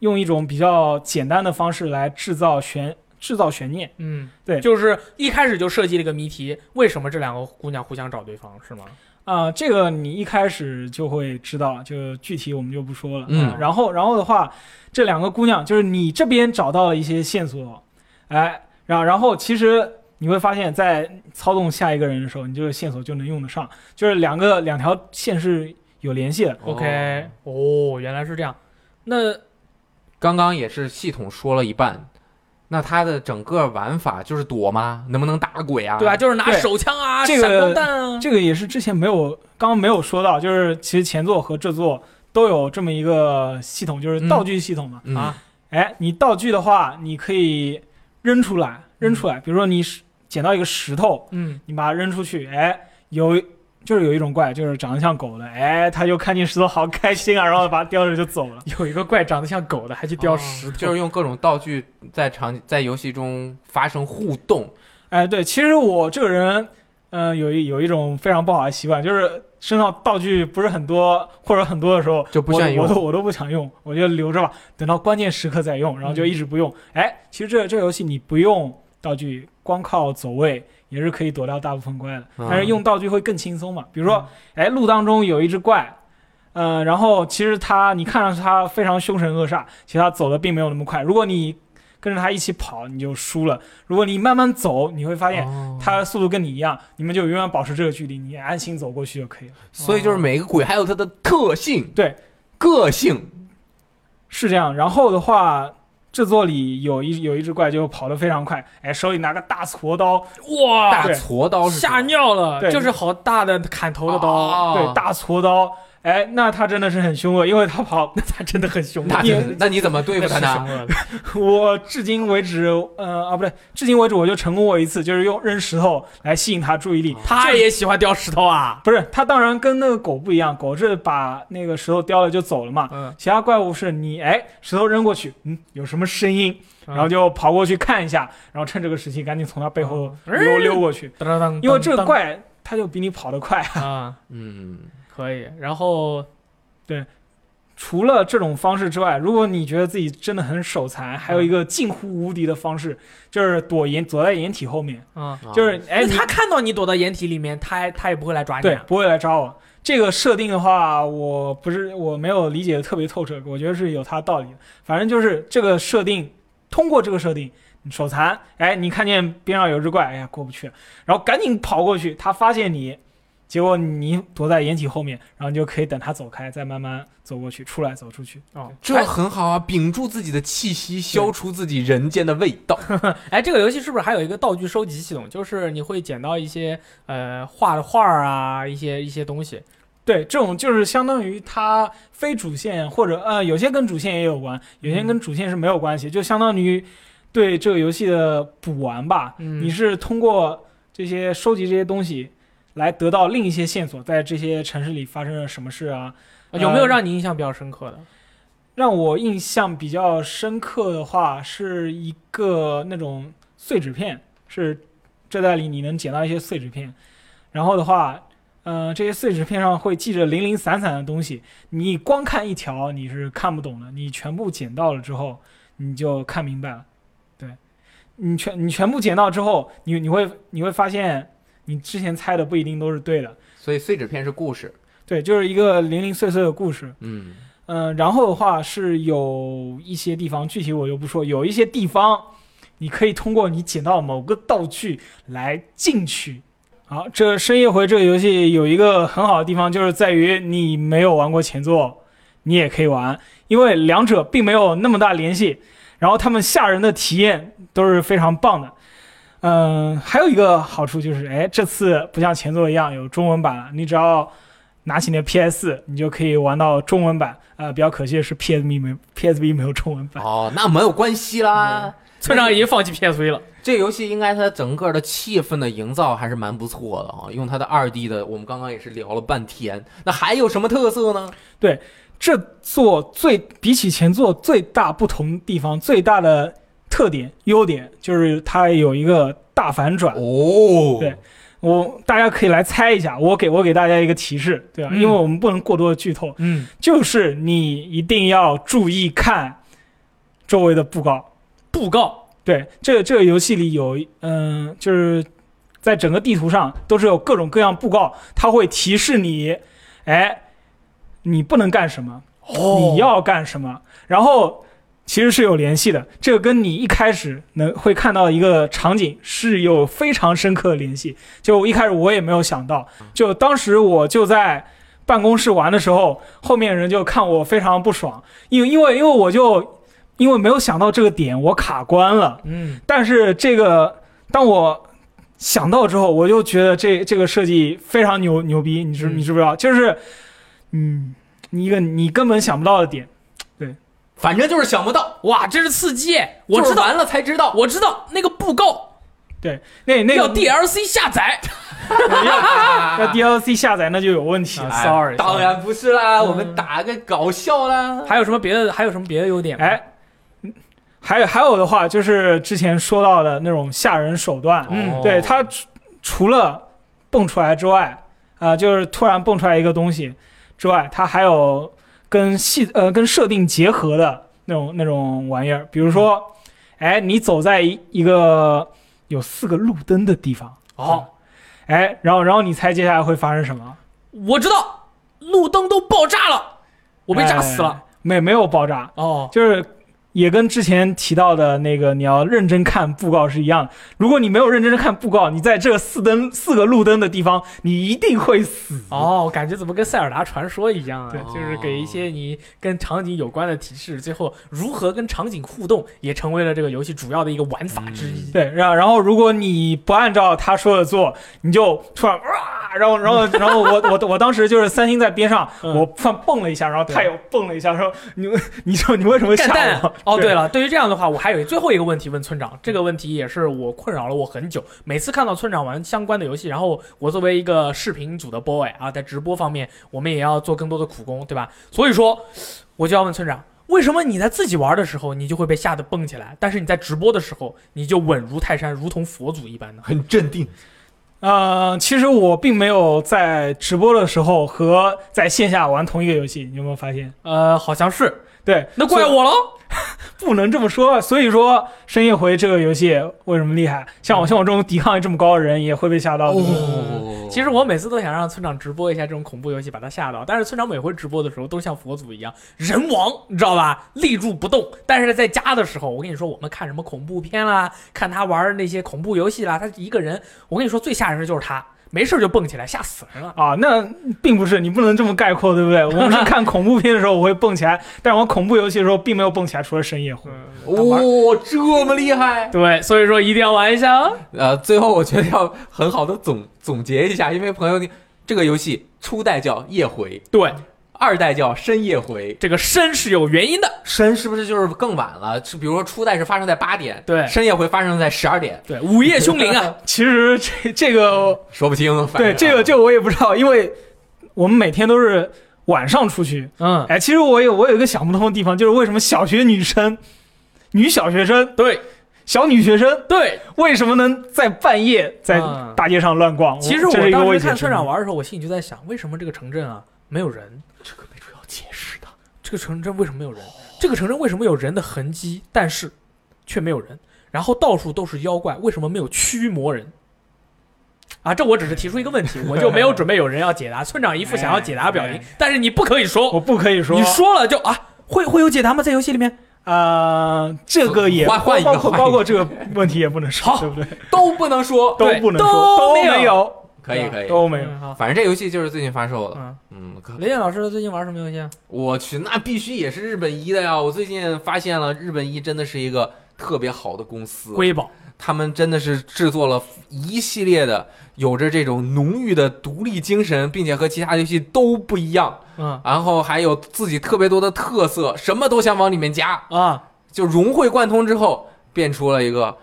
用一种比较简单的方式来制造悬制造悬念。嗯，对就是一开始就设计了一个谜题，为什么这两个姑娘互相找对方，是吗？啊、这个你一开始就会知道，就具体我们就不说了。啊嗯然后然后的话，这两个姑娘就是你这边找到了一些线索，哎，然后然后其实你会发现，在操纵下一个人的时候，你这个线索就能用得上，就是两个两条线是有联系的。 OK，哦原来是这样。那刚刚也是系统说了一半，那它的整个玩法就是躲吗？能不能打鬼啊？对吧？就是拿对手枪啊，这个闪光弹啊，这个也是之前没有刚刚没有说到，就是其实前作和这作都有这么一个系统，就是道具系统嘛。嗯啊，哎，你道具的话，你可以扔出来，扔出来。比如说你是捡到一个石头，嗯，你把它扔出去，哎，有就是有一种怪，就是长得像狗的，哎，它就看见石头好开心啊，然后把它叼着就走了。有一个怪长得像狗的，还去叼哦石头，就是用各种道具在场在游戏中发生互动。哎，对，其实我这个人，嗯、有一有一种非常不好的习惯，就是身上道具不是很多或者很多的时候，就不我善用我都我都不想用，我就留着吧，等到关键时刻再用，然后就嗯一直不用。哎，其实这这游戏你不用道具，光靠走位也是可以躲掉大部分怪的，嗯但是用道具会更轻松嘛。比如说，哎，路当中有一只怪。呃，然后其实它，你看上去它非常凶神恶煞，其实它走的并没有那么快。如果你跟着它一起跑，你就输了；如果你慢慢走，你会发现哦它速度跟你一样，你们就永远保持这个距离，你安心走过去就可以了。所以就是每个鬼还有它的特性，哦对，个性是这样。然后的话，制作里有一有一只怪就跑得非常快，哎，手里拿个大锉刀，哇，啊大锉刀是什么吓尿了，对就是好大的砍头的刀，哦对，大锉刀，哎，那它真的是很凶恶，因为它跑， 那他真的很凶那恶，你那你怎么对付他呢？呢？ 我至今为止，呃啊不对，至今为止我就成功过一次，就是用扔石头来吸引它注意力。他也喜欢叼石头啊，不是，它当然跟那个狗不一样，狗是把那个石头叼了就走了嘛。嗯，其他怪物是你哎，石头扔过去，嗯，有什么声音，嗯然后就跑过去看一下，然后趁这个时机赶紧从它背后嗯溜溜过去，噔噔噔，因为这个噔怪它就比你跑得快。噔啊，嗯，可以。然后除了这种方式之外，如果你觉得自己真的很手残，还嗯有一个近乎无敌的方式，就是躲掩躲在掩体后面，啊，就是哎那你他看到你躲到掩体里面，他他也不会来抓你对啊。不会来抓我。这个设定的话，我不是我没有理解的特别透彻，我觉得是有它的道理的。反正就是这个设定，通过这个设定，你手残，哎，你看见边上有只怪，哎呀过不去，然后赶紧跑过去，他发现你，结果你躲在掩体后面，然后你就可以等他走开，再慢慢走过去，出来走出去。哦，这很好啊，屏住自己的气息，消除自己人间的味道。哎，这个游戏是不是还有一个道具收集系统？就是你会捡到一些呃画的画儿啊，一些一些东西。对，这种就是相当于它非主线，或者呃，有些跟主线也有关，有些跟主线是没有关系，就相当于对这个游戏的补完吧。嗯你是通过这些收集这些东西，来得到另一些线索，在这些城市里发生了什么事啊？有没有呃让你印象比较深刻的？让我印象比较深刻的话，是一个那种碎纸片，是这代里你能捡到一些碎纸片，然后的话，呃，这些碎纸片上会记着零零散散的东西，你光看一条你是看不懂的，你全部捡到了之后，你就看明白了，对，你全你全部捡到之后，你你会你会发现你之前猜的不一定都是对的，所以碎纸片是故事，对，就是一个零零碎碎的故事，嗯，嗯，然后的话是有一些地方，具体我就不说，有一些地方你可以通过你捡到某个道具来进去。好，这《深夜回》这个游戏有一个很好的地方，就是在于你没有玩过前作，你也可以玩，因为两者并没有那么大联系，然后他们吓人的体验都是非常棒的。嗯，还有一个好处就是，哎，这次不像前作一样有中文版了，你只要拿起你的 PS，你就可以玩到中文版。呃，比较可惜的是 PSB 没 PSB 没有中文版。哦，那没有关系啦。村长已经放弃 PSV 了。这游戏应该它整个的气氛的营造还是蛮不错的啊，用它的二 D 的，我们刚刚也是聊了半天，那还有什么特色呢？这座最比起前作最大不同地方，最大的特点优点就是它有一个大反转。哦，对我大家可以来猜一下，我给我给大家一个提示，对吧？嗯因为我们不能过多的剧透，嗯，就是你一定要注意看周围的布告。布告，对，这个这个游戏里有，嗯、就是在整个地图上都是有各种各样布告，它会提示你，哎，你不能干什么，哦你要干什么，然后其实是有联系的，这个跟你一开始能会看到一个场景是有非常深刻的联系。就我一开始我也没有想到，就当时我就在。办公室玩的时候，后面人就看我非常不爽，因为因为因为我就因为没有想到这个点，我卡关了。嗯，但是这个当我想到之后，我就觉得这这个设计非常牛牛逼，你知嗯你知不知道？就是，嗯，你一个你根本想不到的点，反正就是想不到，哇，真是刺激！我就是知道，完了才知道。我知道那个布告那那要啊个 DLC 下载，要 DLC 下载那就有问啊题了。哎 sorry，当然不是啦，嗯我们打个搞笑啦。还有什么别的？还有什么别的优点？，哎，嗯还有还有的话就是之前说到的那种吓人手段，哦嗯对它除除了蹦出来之外，啊、就是突然蹦出来一个东西之外，它还有跟系呃跟设定结合的那种那种玩意儿，比如嗯说，哎，你走在一一个有四个路灯的地方，哦，哎，然后然后你猜接下来会发生什么？我知道，路灯都爆炸了，我被炸死了。哎没没有爆炸，哦，就是。也跟之前提到的那个你要认真看布告是一样的。如果你没有认真看布告，你在这四灯四个路灯的地方，你一定会死。 哦，感觉怎么跟塞尔达传说一样啊？对就是给一些你跟场景有关的提示，最后如何跟场景互动，也成为了这个游戏主要的一个玩法之一。对，然然后如果你不按照他说的做，你就突然哇，然后然后然后我我我当时就是三星在边上，嗯我突然蹦了一下，然后他又蹦了一下，说你你说你为什么干吓蛋我？哦，对了，对于这样的话，我还有最后一个问题问村长，这个问题也是我困扰了我很久。每次看到村长玩相关的游戏，然后我作为一个视频组的 boy 啊，在直播方面，我们也要做更多的苦工，对吧？所以说，我就要问村长，为什么你在自己玩的时候，你就会被吓得蹦起来，但是你在直播的时候，你就稳如泰山，如同佛祖一般呢？很镇定，呃，其实我并没有在直播的时候和在线下玩同一个游戏，你有没有发现？呃，好像是，对，那怪所以我喽。不能这么说。啊所以说，深夜回这个游戏为什么厉害？嗯像我像我这种抵抗力这么高的人也会被吓到的。哦其实我每次都想让村长直播一下这种恐怖游戏，把他吓到。但是村长每回直播的时候都像佛祖一样，人王，你知道吧？立住不动。但是在家的时候，我跟你说，我们看什么恐怖片啦，看他玩那些恐怖游戏啦，他一个人，我跟你说最吓人的就是他，没事就蹦起来，吓死人了。啊，那并不是，你不能这么概括，对不对？我们是看恐怖片的时候我会蹦起来，但是我恐怖游戏的时候并没有蹦起来，除了深夜魂。他玩哦，这么厉害。对，所以说一定要玩一下啊！呃，最后我觉得要很好的总总结一下，因为朋友你这个游戏初代叫夜回，对，二代叫深夜回，这个深是有原因的。深是不是就是更晚了？是比如说初代是发生在八点，对深夜回发生在十二点，对，午夜凶铃啊，其实这这嗯个，说不清。反正对这个这个我也不知道，因为我们每天都是晚上出去。嗯，哎，其实我有我有一个想不通的地方，就是为什么小学女生、女小学生、对小女学生对，为什么能在半夜在嗯大街上乱逛？其实我哦这是一个当未时解看之村长谜。玩的时候，我心里就在想，为什么这个城镇啊没有人？这个城镇为什么没有人？这个城镇为什么有人的痕迹，但是却没有人？然后到处都是妖怪，为什么没有驱魔人？啊，这我只是提出一个问题，我就没有准备有人要解答。村长一副想要解答的表情哎，但是你不可以说，我不可以说，你说了就啊，会会有解答吗？在游戏里面？呃，这个也换换一个包括换一个包括这个问题也不能说，好对不对？都不能说，都对不能都说，都没有没有，可以可以，都没有。嗯好，反正这游戏就是最近发售了。嗯，嗯，可雷电老师最近玩什么游戏啊？我去，那必须也是日本一的呀！我最近发现了，日本一真的是一个特别好的公司，瑰宝，他们真的是制作了一系列的有着这种浓郁的独立精神，并且和其他游戏都不一样，嗯然后还有自己特别多的特色，什么都想往里面加，啊，就融会贯通之后，变出了一个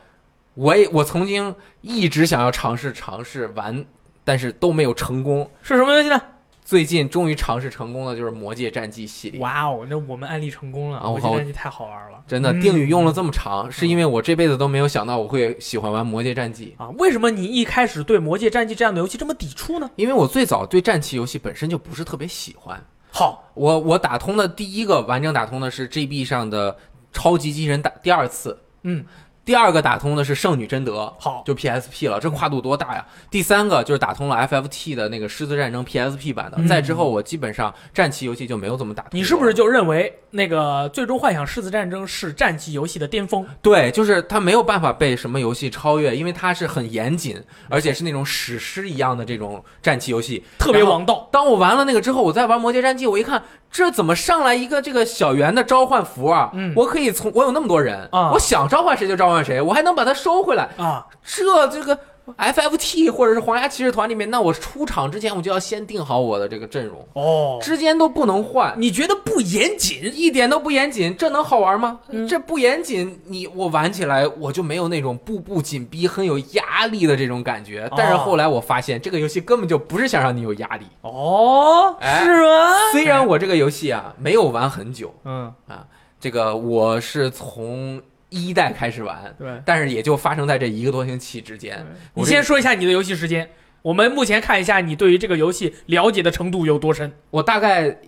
我也我曾经一直想要尝试尝试玩，但是都没有成功。是什么游戏呢？最近终于尝试成功了，就是《魔界战记》系列。哇哦，那我们案例成功了，啊我我靠觉得你太好玩了真的，嗯定语用了这么长，是因为我这辈子都没有想到我会喜欢玩《魔界战记》，啊！为什么你一开始对《魔界战记》这样的游戏这么抵触呢？因为我最早对战棋游戏本身就不是特别喜欢。好，我我打通的第一个完整打通的是 GB 上的超级机器人打第二次，嗯，第二个打通的是圣女贞德，好，就 PSP 了，这跨度多大呀！第三个就是打通了 FFT 的那个《狮子战争》PSP 版的，嗯再之后我基本上战棋游戏就没有怎么打通过。你是不是就认为那个《最终幻想狮子战争》是战棋游戏的巅峰？对，就是它没有办法被什么游戏超越，因为它是很严谨，而且是那种史诗一样的这种战棋游戏。特别王道，当我玩了那个之后，我再玩《魔界战记》，我一看这怎么上来一个这个小圆的召唤符啊？嗯我可以从我有那么多人啊我想召唤谁就召唤谁，我还能把它收回来。啊，这这个 FFT 或者是皇家骑士团里面，那我出场之前我就要先定好我的这个阵容，哦，之间都不能换。你觉得不严谨？一点都不严谨，这能好玩吗？嗯这不严谨，你我玩起来我就没有那种步步紧逼、很有压力的这种感觉哦。但是后来我发现，这个游戏根本就不是想让你有压力。哦，哎是吗？ 虽然我这个游戏啊没有玩很久，嗯，这个我是从一代开始玩，对。但是也就发生在这一个多星期之间。哎你我先这说一下你的游戏时间，我们目前看一下你对于这个游戏了解的程度有多深。我大概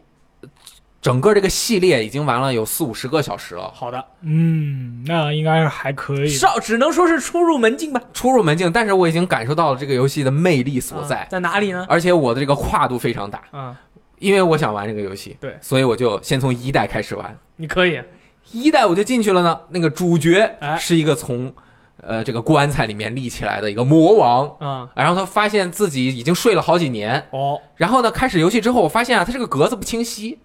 整个这个系列已经玩了有四五十个小时了，好的，嗯，那应该是还可以。少只能说是初入门进吧。出入门径，但是我已经感受到了这个游戏的魅力所在嗯啊，在哪里呢？而且我的这个跨度非常大。啊，因为我想玩这个游戏，对所以我就先从一代开始玩。你可以一代我就进去了呢，那个主角哎是一个从，呃，这个棺材里面立起来的一个魔王，啊，然后他发现自己已经睡了好几年，哦，然后呢，开始游戏之后，我发现啊，他这个格子不清晰，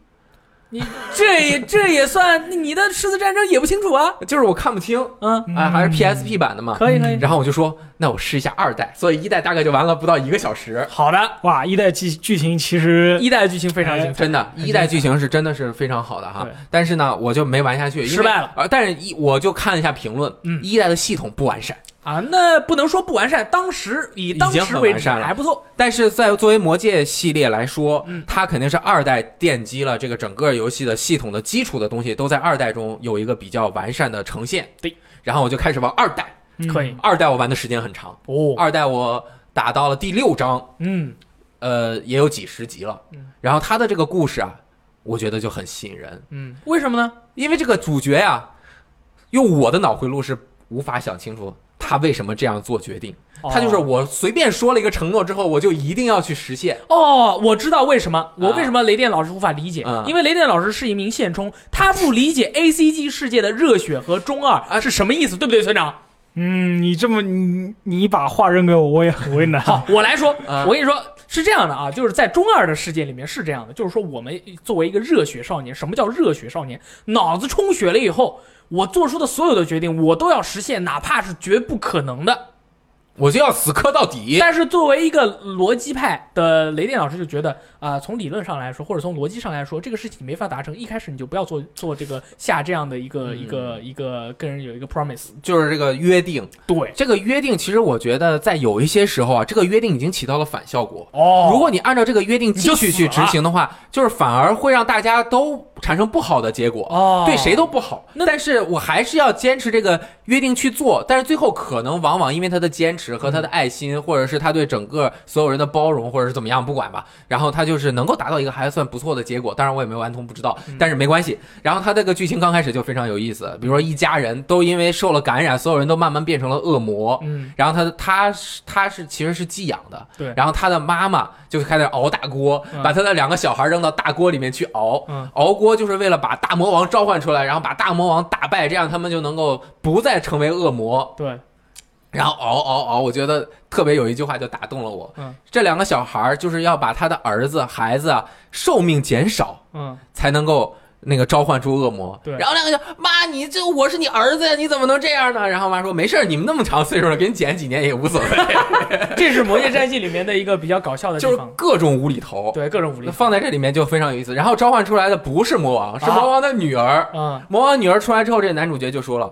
这也这也算你的狮子战争也不清楚啊。就是我看不清，嗯，啊，嗯还是 PSP 版的嘛。可以可以。然后我就说，那我试一下二代，所以一代大概就玩了不到一个小时，好的，哇，一代剧剧情其实一代剧情非常精彩。真的，一代剧情是真的是非常好的哈对。但是呢，我就没玩下去，因为失败了。啊，但是一我就看了一下评论，嗯一代的系统不完善，啊，那不能说不完善，当时以当已经时很为完止善了还不错。但是在作为魔界系列来说嗯，它肯定是二代奠基了这个整个游戏的系统的基础的东西，都在二代中有一个比较完善的呈现。对，然后我就开始玩二代。嗯可以二代我玩的时间很长，哦，二代我打到了第六章，嗯，呃，也有几十集了嗯。然后他的这个故事啊，我觉得就很吸引人，嗯，为什么呢？因为这个主角呀、啊用我的脑回路是无法想清楚他为什么这样做决定。他就是哦我随便说了一个承诺之后，我就一定要去实现。哦，我知道为什么，我为什么雷电老师无法理解，嗯因为雷电老师是一名现充，他不理解 A C G 世界的热血和中二啊是什么意思，对不对，村长？嗯，你这么你你把话扔给我，我也很为难。好，我来说，啊我跟你说是这样的啊，就是在中二的世界里面是这样的，就是说我们作为一个热血少年，什么叫热血少年？脑子充血了以后，我做出的所有的决定，我都要实现，哪怕是绝不可能的。我就要死磕到底。但是作为一个逻辑派的雷电老师就觉得啊、从理论上来说，或者从逻辑上来说，这个事情你没法达成，一开始你就不要做做这个下这样的一个、嗯一个一个跟人有一个 promise。就是这个约定，对，这个约定其实我觉得在有一些时候啊，这个约定已经起到了反效果。哦如果你按照这个约定继续去执行的话，就是反而会让大家都产生不好的结果，哦，对谁都不好。那但是我还是要坚持这个约定去做，但是最后可能往往因为他的坚持和他的爱心，或者是他对整个所有人的包容，或者是怎么样，不管吧，然后他就是能够达到一个还算不错的结果。当然我也没完通，不知道嗯，但是没关系。然后他这个剧情刚开始就非常有意思，比如说一家人都因为受了感染，所有人都慢慢变成了恶魔，嗯然后他他是他是其实是寄养的，对然后他的妈妈就开始熬大锅，嗯把他的两个小孩扔到大锅里面去熬，嗯熬锅就是为了把大魔王召唤出来，然后把大魔王打败，这样他们就能够不再成为恶魔。对，然后熬熬熬，我觉得特别有一句话就打动了我，嗯这两个小孩儿就是要把他的儿子孩子啊寿命减少，嗯才能够那个召唤出恶魔。对然后两个就妈，你这我是你儿子呀，你怎么能这样呢？然后妈说没事儿，你们那么长岁数了，给你减几年也无所 谓， 这是《魔界战记》里面的一个比较搞笑的就是地方，各种无厘头，对各种武力那，放在这里面就非常有意思。然后召唤出来的不是魔王，是魔王的女儿。嗯，魔王女儿出来之后，这男主角就说了。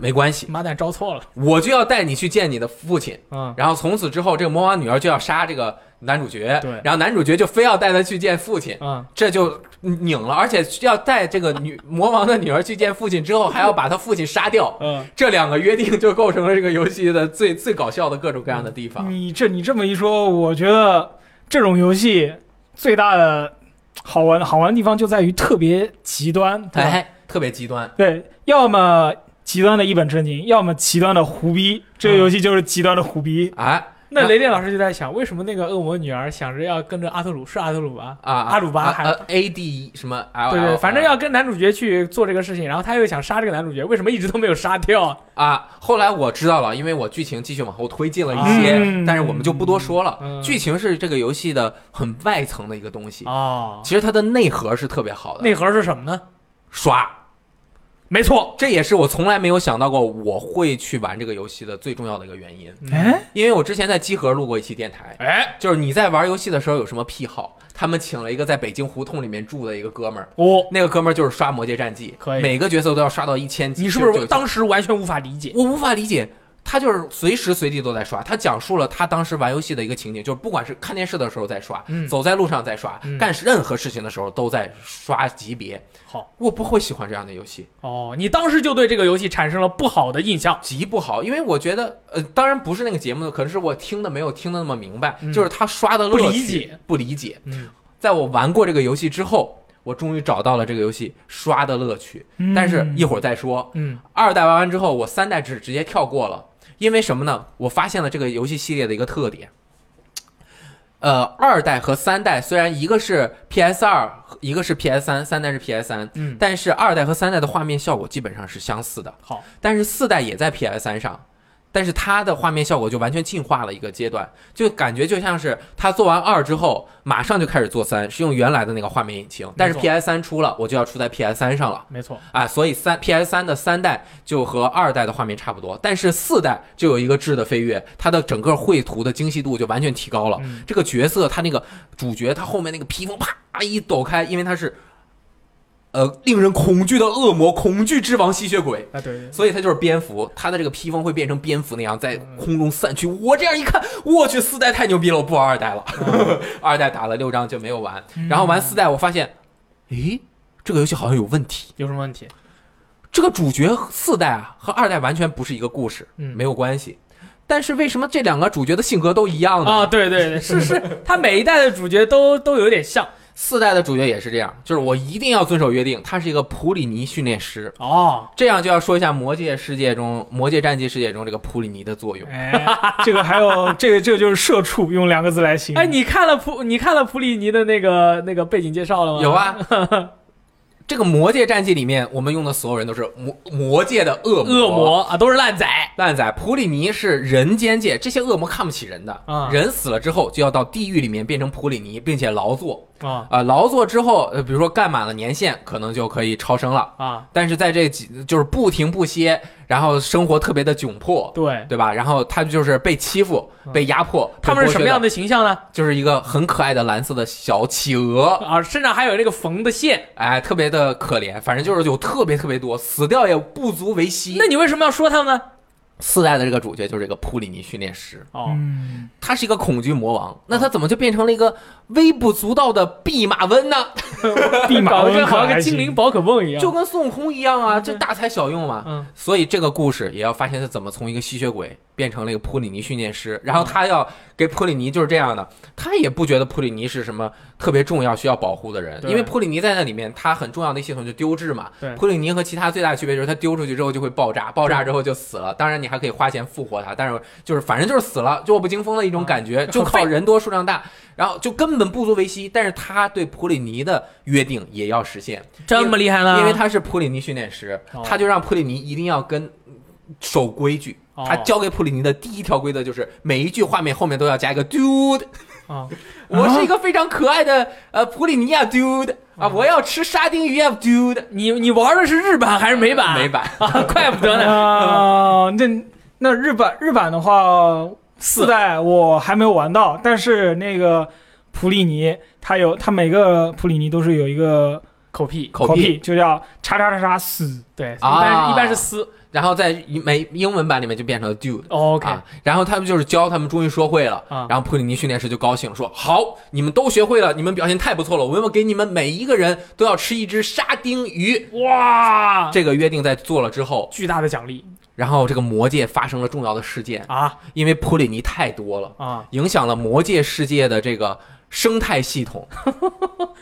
没关系，妈蛋招错了，我就要带你去见你的父亲。嗯然后从此之后，这个魔王女儿就要杀这个男主角。对然后男主角就非要带她去见父亲。嗯，这就拧了，而且要带这个女魔王的女儿去见父亲之后，还要把他父亲杀掉。呃嗯，这两个约定就构成了这个游戏的最 最搞笑的各种各样的地嗯方。你这你这么一说，我觉得这种游戏最大的好玩好玩的地方就在于特别极端，对吧哎，特别极端。对，要么极端的一本正经，要么极端的胡逼。这个游戏就是极端的胡逼。哎那雷电老师就在想，为什么那个恶魔女儿想着要跟着阿特鲁是阿特鲁吧？啊，阿鲁巴还啊啊 A D 什么 L，对对，反正要跟男主角去做这个事情，然后他又想杀这个男主角，为什么一直都没有杀掉？啊。后来我知道了，因为我剧情继续往后推进了一些，嗯但是我们就不多说了。嗯剧情是这个游戏的很外层的一个东嗯西，哦，其实它的内核是特别好的。内核是什么呢？刷，没错，这也是我从来没有想到过我会去玩这个游戏的最重要的一个原因，哎，因为我之前在集合录过一期电台，嗯哎，就是你在玩游戏的时候有什么癖好？他们请了一个在北京胡同里面住的一个哥们儿，我、那个哥们儿就是刷《魔界战记》，哦可以每个角色都要刷到一千级。你是不就是当时完全无法理解？我无法理解，他就是随时随地都在刷。他讲述了他当时玩游戏的一个情景，就是不管是看电视的时候在刷，嗯走在路上在刷，嗯干任何事情的时候都在刷级别。好，我不会喜欢这样的游戏，哦，你当时就对这个游戏产生了不好的印象。极不好，因为我觉得，呃，当然不是那个节目的，可能是我听的没有听的那么明白，嗯就是他刷的乐不理趣解，不理解。嗯，在我玩过这个游戏之后，我终于找到了这个游戏刷的乐趣。嗯但是一会儿再说。嗯，二代玩完之后，我三代只直接跳过了，因为什么呢？我发现了这个游戏系列的一个特点。呃，二代和三代虽然一个是 PS 二，一个是 PS 三，三代是 PS 三，嗯但是二代和三代的画面效果基本上是相似的。好，但是四代也在 PS 三上，但是它的画面效果就完全进化了一个阶段，就感觉就像是它做完二之后，马上就开始做三，是用原来的那个画面引擎，但是 PS 三出了，我就要出在 PS 三上了。没错，啊，所以三 PS 三的三代就和二代的画面差不多，但是四代就有一个质的飞跃，它的整个绘图的精细度就完全提高了。嗯这个角色他那个主角他后面那个披风啪一抖开，因为他是，呃，令人恐惧的恶魔，恐惧之王吸血鬼，啊，对对，所以他就是蝙蝠，他的这个披风会变成蝙蝠那样在嗯空中散去。我这样一看，我去，四代太牛逼了，我不玩二代了。嗯 二代打了六章就没有玩，嗯然后玩四代，我发现，诶，这个游戏好像有问题。有什么问题？这个主角四代啊和二代完全不是一个故事，嗯没有关系。但是为什么这两个主角的性格都一样呢？啊，对对对，是是，他每一代的主角都都有点像四代的主角也是这样，就是我一定要遵守约定，他是一个普里尼训练师。哦，这样就要说一下《魔界世界》中，《魔界战记》世界中这个普里尼的作用。哎，这个还有这个这个就是社畜，用两个字来形容。哎，你看了普你看了普里尼的那个那个背景介绍了吗？有，啊，这个《魔界战记》里面，我们用的所有人都是魔魔界的恶魔。恶魔啊，都是烂仔，烂仔普里尼是人间界，这些恶魔看不起人的。啊人死了之后就要到地狱里面变成普里尼，并且劳作。啊啊、劳作之后，呃，比如说干满了年限，可能就可以超生了。啊，但是在这几就是不停不歇，然后生活特别的窘迫，对，对吧？然后他们就是被欺负、嗯被压迫。他们是什么样的？的形象呢？就是一个很可爱的蓝色的小企鹅，啊，身上还有那个缝的线，哎，特别的可怜，反正就是有特别特别多，死掉也不足为惜那。你为什么要说他们呢？四代的这个主角就是这个普里尼训练师，哦，嗯，他是一个恐惧魔王，那他怎么就变成了一个微不足道的弼马温呢？弼嗯马搞得温跟可好像还跟精行灵宝可梦一样，就跟孙悟空一样啊，这大材小用嘛。嗯所以这个故事也要发现他怎么从一个吸血鬼变成了一个普里尼训练嗯师，然后他要给普里尼就是这样的，他也不觉得普里尼是什么特别重要需要保护的人，对因为普里尼在那里面他很重要的一系统就丢掷嘛对。普里尼和其他最大的区别就是他丢出去之后就会爆炸，爆炸之后就死了。当然你还可以花钱复活他，但是就是反正就是死了，就弱不禁风的一种感 觉，就靠人多数量大，然后就根本不足为惜。但是他对普里尼的约定也要实现。这么厉害呢？因为他是普里尼训练师啊哦，他就让普里尼一定要跟守规矩。哦他教给普里尼的第一条规则就是每一句画面后面都要加一个 dude。啊 我是一个非常可爱的呃普里尼亚 dude 哦啊，我要吃沙丁鱼呀 dude。你你玩的是日版还是美版？美版。啊， 怪不得嗯呢。啊，哦那那日版日版的话，四代我还没有玩到，但是那个普里尼，它有它每个普里尼都是有一个口癖，口拷癖屁，就叫叉叉叉叉死。对，一啊般是一般是撕。然后在美英文版里面就变成了 dude。哦 OK，啊，然后他们就是教他们，终于说会了。啊然后普里尼训练师就高兴了，说：“好，你们都学会了，你们表现太不错了，我们给你们每一个人都要吃一只沙丁鱼。哇，”这个约定在做了之后，巨大的奖励然后这个魔界发生了重要的事件，啊因为普里尼太多了，啊！影响了魔界世界的这个生态系统。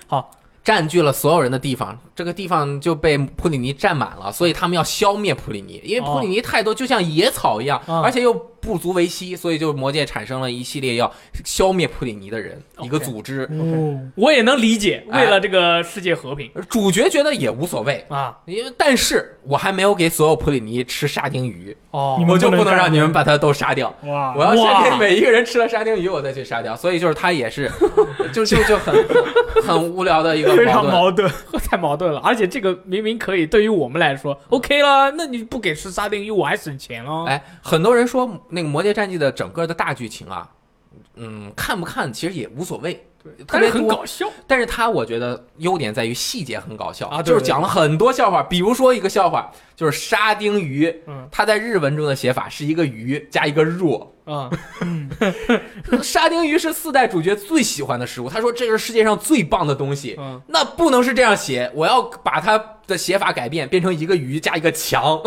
好，占据了所有人的地方，这个地方就被普里尼占满了，所以他们要消灭普里尼，因为普里尼太多，就像野草一样，嗯而且又不足为惜，所以就魔界产生了一系列要消灭普里尼的人，一个 OK 组织。哦，我也能理解，哎为了这个世界和平主角觉得也无所谓，啊，因为但是我还没有给所有普里尼吃沙丁鱼，哦你们我就不能不能干让你们把它都杀掉。哇，我要先给哇每一个人吃了沙丁鱼，我再去杀掉，所以就是他也是， 就就就很很无聊的一个非矛常盾。矛盾。太矛盾了，而且这个明明可以对于我们来说 OK 啦，那你不给吃沙丁鱼，我还省钱了。嗯哎，很多人说那个《魔界战记》的整个的大剧情啊，嗯，看不看其实也无所谓，特但别是很多搞笑，但是它我觉得优点在于细节很搞笑啊对就是讲了很多笑话，比如说一个笑话就是沙丁鱼，嗯它在日文中的写法是一个鱼加一 个若，啊，沙丁鱼是四代主角最喜欢的食物，他说这是世界上最棒的东西。嗯，那不能是这样写，我要把它的写法改变，变成一个鱼加一个强。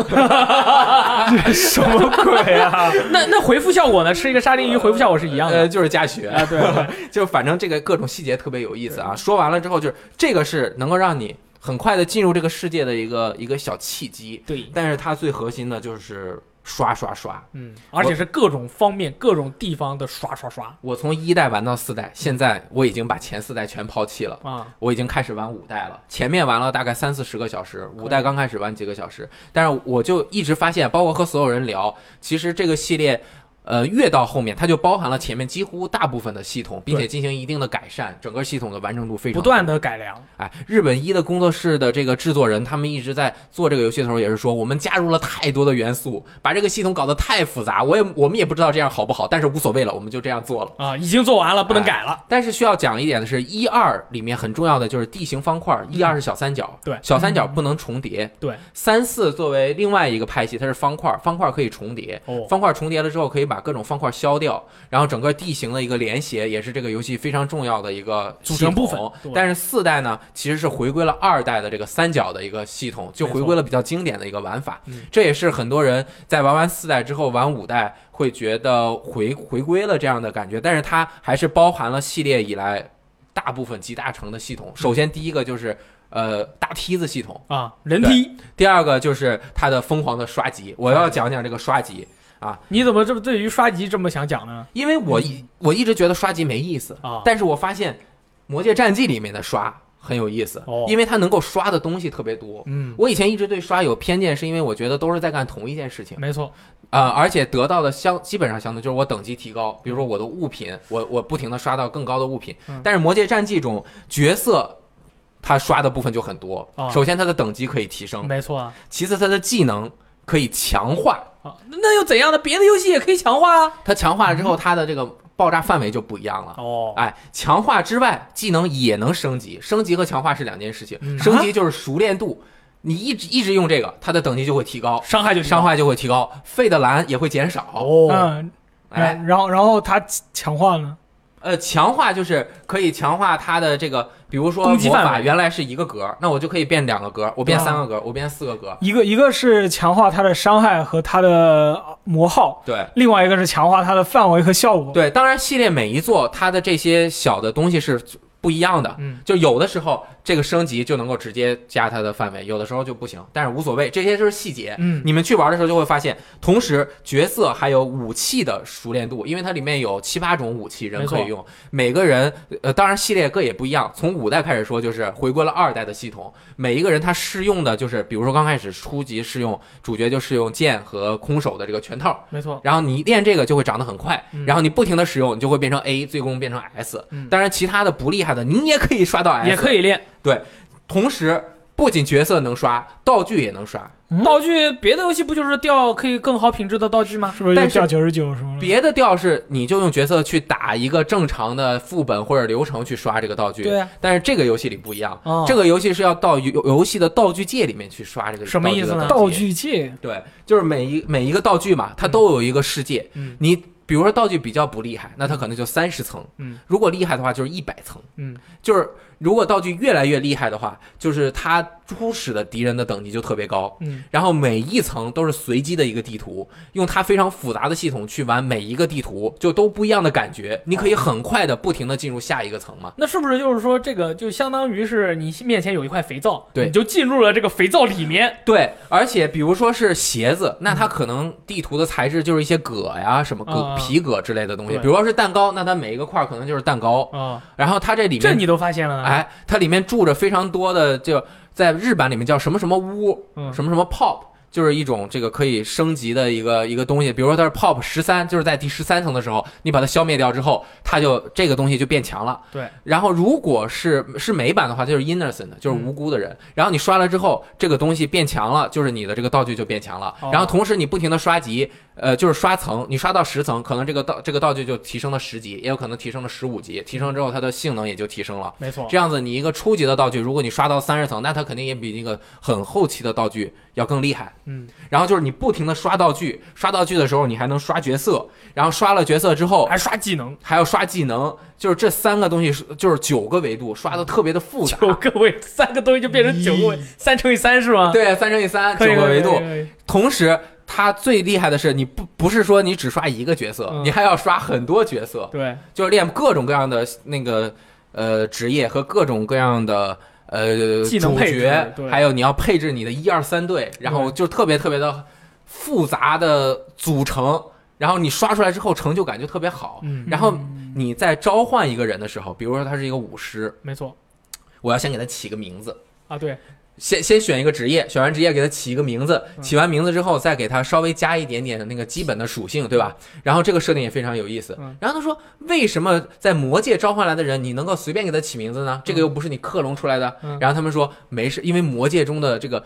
什么鬼 啊？那那回复效果呢？吃一个沙丁鱼回复效果是一样呃， 的就是加血，啊，对，对 就反正这个各种细节特别有意思啊。说完了之后，就是这个是能够让你很快的进入这个世界的一个一个小契机，对，但是它最核心的就是刷刷刷。嗯，而且是各种方面、各种地方的刷刷刷我从一代玩到四代，现在我已经把前四代全抛弃了。啊，我已经开始玩五代了，前面玩了大概三四十个小时，五代刚开始玩几个小时，但是我就一直发现，包括和所有人聊，其实这个系列。呃，越到后面，它就包含了前面几乎大部分的系统，并且进行一定的改善，整个系统的完成度非常不断的。的改良，哎，日本一的工作室的这个制作人，他们一直在做这个游戏的时候，也是说我们加入了太多的元素，把这个系统搞得太复杂，我也我们也不知道这样好不好，但是无所谓了，我们就这样做了。啊，已经做完了，不能改了。但是需要讲一点的是，一二里面很重要的就是地形方块，一二是小三角，嗯对嗯小三角不能重叠，对，三四作为另外一个派系，它是方块，方块可以重叠，哦，方块重叠了之后可以把各种方块消掉，然后整个地形的一个联携也是这个游戏非常重要的一个组成部分系统对但是四代呢，其实是回归了二代的这个三角的一个系统，就回归了比较经典的一个玩法嗯。这也是很多人在玩完四代之后玩五代会觉得回回归了这样的感觉，但是它还是包含了系列以来大部分集大成的系嗯统。首先第一个就是。呃，大梯子系统，啊，人梯，第二个就是它的疯狂的刷级，我要讲讲这个刷级。你怎么这么对于刷级这么想讲呢？因为我一、我一直觉得刷级没意思嗯啊但是我发现《魔界战记》里面的刷很有意思，哦因为它能够刷的东西特别多。嗯，我以前一直对刷有偏见，是因为我觉得都是在干同一件事情，没错，呃，而且得到的相基本上相同，就是我等级提高，比如说我的物品，我我不停的刷到更高的物品。嗯但是《魔界战记》中角色，它刷的部分就很多。啊首先，它的等级可以提升，没错啊。其次，它的技能可以强化，啊，那又怎样呢？别的游戏也可以强化啊。它强化了之后，它的这个爆炸范围就不一样了。哦，哎，强化之外，技能也能升级，升级和强化是两件事情。嗯升级就是熟练度，你一直一直用这个，它的等级就会提高，伤害就伤害就会提高，费的蓝也会减少。哦，嗯，哎，然后然后他强化呢？呃，强化就是可以强化它的这个，比如说攻击魔范法围原来是一个格，那我就可以变两个格，我变啊三个格，我变四个格。一个一个是强化他的伤害和他的呃魔耗，对另外一个是强化他的范围和效果。对，当然系列每一座它的这些小的东西是不一样的，嗯，就有的时候这个升级就能够直接加它的范围，有的时候就不行，但是无所谓，这些就是细节。嗯你们去玩的时候就会发现，同时角色还有武器的熟练度，因为它里面有七八种武器人没错可以用，每个人呃，当然系列各也不一样。从五代开始说，就是回归了二代的系统，每一个人他适用的就是，比如说刚开始初级适用主角就适用剑和空手的这个全套，没错，然后你练这个就会长得很快，嗯然后你不停的使用，你就会变成 A，最终变成 S。嗯当然，其他的不厉害的你也可以刷到 S，也可以练同时，不仅角色能刷，道具也能刷。嗯道具。别的游戏不就是掉可以更好品质的道具吗？是不是就但是掉九十九什么的？别的调是你就用角色去打一个正常的副本或者流程去刷这个道具，对啊，但是这个游戏里不一样，哦这个游戏是要到游游戏的道具界里面去刷这个什么意思呢道具的道具界对，就是每一每一个道具嘛，它都有一个世界。嗯你比如说道具比较不厉害，那它可能就三十层；嗯，如果厉害的话，就是一百层。嗯，就是如果道具越来越厉害的话，就是它初始的敌人的等级就特别高，嗯，然后每一层都是随机的一个地图，用它非常复杂的系统去玩每一个地图，就都不一样的感觉。你可以很快的不停的进入下一个层嘛。那是不是就是说，这个就相当于是你面前有一块肥皂，对你就进入了这个肥皂里面，对，而且比如说是鞋子，那它可能地图的材质就是一些革呀、什么革啊、皮革之类的东西。对比如说是蛋糕，那它每一个块儿可能就是蛋糕。啊，然后它这里这面，你都发现了呢，哎，它里面住着非常多的，就在日版里面叫什么什么屋，嗯，什么什么 pop，就是一种这个可以升级的一个一个东西。比如说它是 pop 十三，就是在第十三层的时候，你把它消灭掉之后，它就这个东西就变强了。对。然后如果是是美版的话，它就是 innocent，就是无辜的嗯人。然后你刷了之后，这个东西变强了，就是你的这个道具就变强了。哦然后同时你不停的刷级，呃，就是刷层，你刷到十层，可能这个道这个道具就提升了十级，也有可能提升了十五级。提升之后，它的性能也就提升了。没错，这样子，你一个初级的道具，如果你刷到三十层，那它肯定也比那个很后期的道具要更厉害。嗯，然后就是你不停的刷道具，刷道具的时候，你还能刷角色，然后刷了角色之后，还刷技能，还要刷技能，就是这三个东西是，就是九个维度，刷的特别的复杂。九个 位，三个东西就变成九个位，三乘以三是吗？对，三乘以三，九可以，个维度可以。可以可以同时，它最厉害的是，你不不是说你只刷一个角色，嗯你还要刷很多角色。对，就是练各种各样的那个呃职业和各种各样的呃技能主配置角对，还有你要配置你的一二三队，然后就特别特别的复杂的组成，然后你刷出来之后成就感就特别好。嗯，然后你在召唤一个人的时候，比如说他是一个舞狮，没错我要先给他起个名字。啊，对，先先选一个职业，选完职业给他起一个名字，嗯起完名字之后再给他稍微加一点点的那个基本的属性，对吧？然后这个设定也非常有意思嗯。然后他说，为什么在魔界召唤来的人，你能够随便给他起名字呢？这个又不是你克隆出来的。嗯然后他们说，没事，因为魔界中的这个。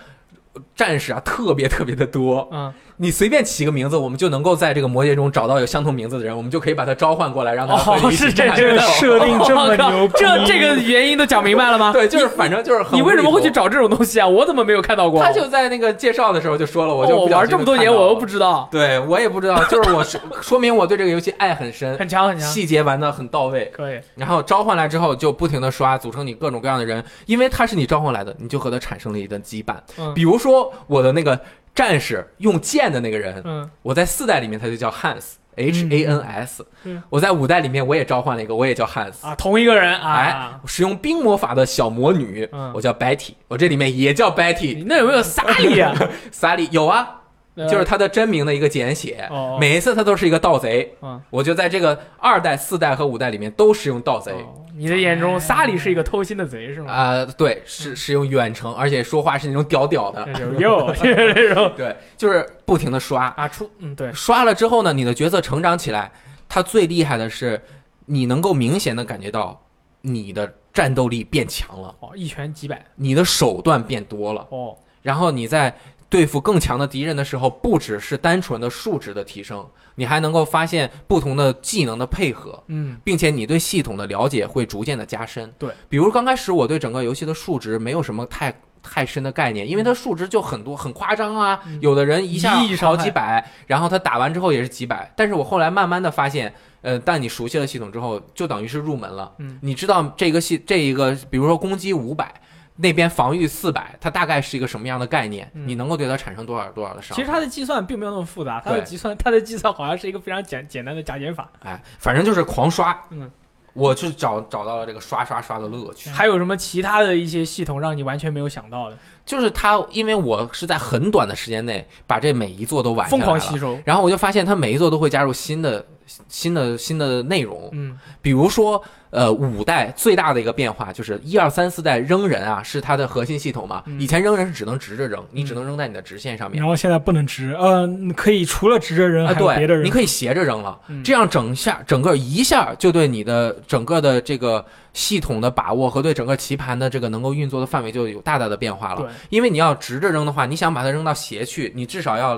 战士啊，特别特别的多，嗯，你随便起个名字，我们就能够在这个魔界中找到有相同名字的人，我们就可以把他召唤过来，让他和哦，你一起是这战这个个斗设定这么我哦靠牛逼这这个原因都讲明白了吗？对，就是反正就是哦很你为什么会无厘去头找这种东西啊？我怎么没有看到过？他就在那个介绍的时候就说了，我就哦不小玩心这么多看年，到我又了不知道，对我也不知道，就是我是说 明我对这个游戏爱很深，很强很强， 细节玩的很到位。可以，然后召唤来之后就不停的刷，组成你各种各样的人，因为他是你召唤来的，你就和他产生了一段羁绊。嗯比如说我的那个战士用剑的那个人，嗯，我在四代里面他就叫 Hans H A N S，、嗯我在五代里面我也召唤了一个，我也叫 Hans。啊，同一个人哎啊，，使用冰魔法的小魔女，嗯我叫 Betty，我这里面也叫 Betty，你那有没有萨利啊？萨利有啊，呃就是哎他的真名的一个简写。哦，每一次他都是一个盗贼，嗯我就在这个二代、四代和五代里面都使用盗贼。哎哦你的眼中，萨利是一个偷心的贼是吗？啊、对，嗯使使用远程，而且说话是那种屌屌的，那就是哟，就是 这种对，就是不停的刷，啊出，嗯对，刷了之后呢，你的角色成长起来，他最厉害的是，你能够明显的感觉到你的战斗力变强了，哦一拳几百，你的手段变多了，哦然后你在对付更强的敌人的时候，不只是单纯的数值的提升，你还能够发现不同的技能的配合。嗯并且你对系统的了解会逐渐的加深。对，比如刚开始我对整个游戏的数值没有什么太太深的概念，因为它数值就很多，很夸张啊。嗯有的人一下一亿伤好害几百，然后他打完之后也是几百。但是我后来慢慢的发现，呃，但你熟悉了系统之后，就等于是入门了。嗯你知道这个系这一个，比如说攻击五百。那边防御四百，它大概是一个什么样的概念？嗯你能够对它产生多少多少的伤害？其实它的计算并没有那么复杂，它的对计算，它的计算好像是一个非常简简单的加减法。哎，反正就是狂刷。嗯，我去找找到了这个刷刷刷的乐趣。还有什么其他的一些系统让你完全没有想到的？就是他，因为我是在很短的时间内把这每一座都玩下疯来狂了吸收。然后我就发现他每一座都会加入新的、新的、新的内容。嗯，比如说，呃，五代最大的一个变化就是一二三四代扔人啊，是它的核心系统嘛。嗯以前扔人是只能直着扔，你嗯只能扔在你的直线上面 然。后现在不能直，呃，你可以除了直着人，啊，还有别的对，人你。可以斜着扔了，嗯这样整下整个一下就对你的整个的这个系统的把握和对整个棋盘的这个能够运作的范围就有大大的变化了。对，因为你要直着扔的话，你想把它扔到斜去，你至少要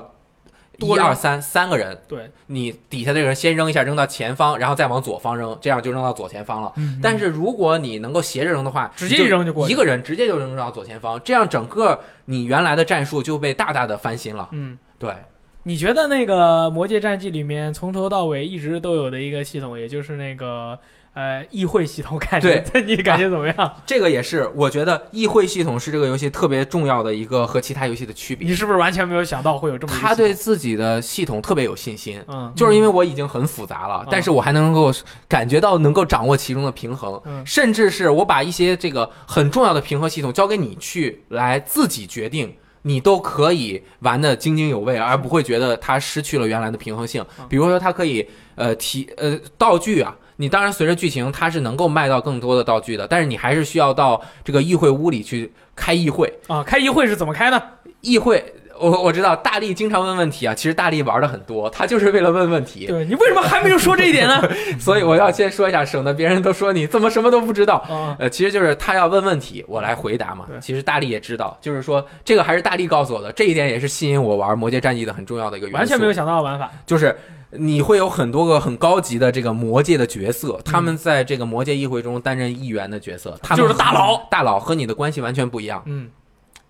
多一扔二三三个人，对，你底下这个人先扔一下，扔到前方，然后再往左方扔，这样就扔到左前方了。嗯但是如果你能够斜着扔的话，直接一扔就你过去一个人直接就扔到左前方，这样整个你原来的战术就被大大的翻新了。嗯，对，你觉得那个《魔界战记》里面从头到尾一直都有的一个系统，也就是那个呃议会系统感觉 对，啊你感觉怎么样？这个也是，我觉得议会系统是这个游戏特别重要的一个和其他游戏的区别。你是不是完全没有想到会有这么一个他系统对自己的系统特别有信心，嗯就是因为我已经很复杂了，嗯但是我还能够感觉到能够掌握其中的平衡，嗯甚至是我把一些这个很重要的平衡系统交给你去来自己决定。你都可以玩的津津有味，而不会觉得它失去了原来的平衡性嗯。比如说，它可以呃提呃道具啊，你当然随着剧情它是能够卖到更多的道具的，但是你还是需要到这个议会屋里去开议会，啊，开议会是怎么开的？议会，我我知道大力经常问问题啊，其实大力玩的很多，他就是为了问问题，对你为什么还没有说这一点 呢？所以我要先说一下，省得别人都说你怎么什么都不 知道。啊，呃，其实就是他要问问题，我来回答嘛对。其实大力也知道，就是说这个还是大力告诉我的，这一点也是吸引我玩《魔界战记》的很重要的一个元素。完全没有，想到的玩法。就是你会有很多个很高级的这个魔界的角嗯色，他们在这个魔界议会中担任议员的角色，他们就是大佬，大佬和你的关系完全不一样。嗯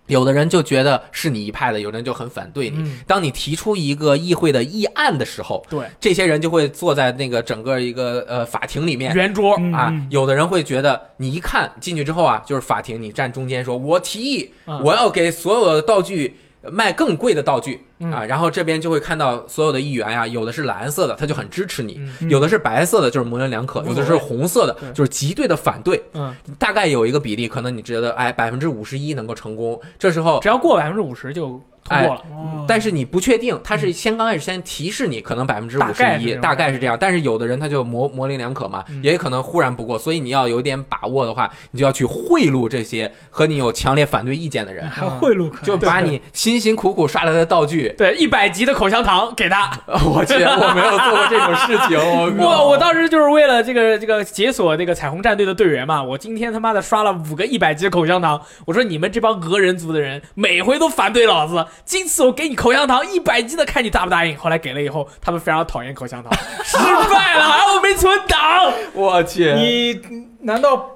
有的人就觉得是你一派的，有的人就很反对你。嗯，当你提出一个议会的议案的时候，对，这些人就会坐在那个整个一个呃法庭里面。圆桌嗯啊，有的人会觉得你一看进去之后啊，就是法庭，你站中间说，我提议嗯我要给所有的道具呃卖更贵的道具嗯啊，然后这边就会看到所有的议员呀、有的是蓝色的，他就很支持你；嗯嗯有的是白色的，就是模棱两可；无所谓有的是红色的对，就是极对的反对。嗯，大概有一个比例，可能你觉得哎百分之五十一能够成功，这时候只要过百分之五十就通过了。哎哦但是你不确定，他是先刚开始先提示你可能百分之嗯大五十概是这一，样大概是这样。但是有的人他就模模棱两可嘛，嗯也可能忽然不过，所以你要有点把握的话，你就要去贿赂这些和你有强烈反对意见的嗯人，还贿赂可 能就把你辛辛苦苦刷来的道具， 对，一百级的口香糖给他。我去，我没有做过这种事情，我我我当时就是为了这个这个解锁这个彩虹战队的队员嘛，我今天他妈的刷了五个一百级的口香糖。我说你们这帮俄人族的人，每回都反对老子，今次我给你口香糖一百级的，看你答不答应。后来给了以后，他们非常讨厌口香糖，失败了，还我没存档。我去，你难道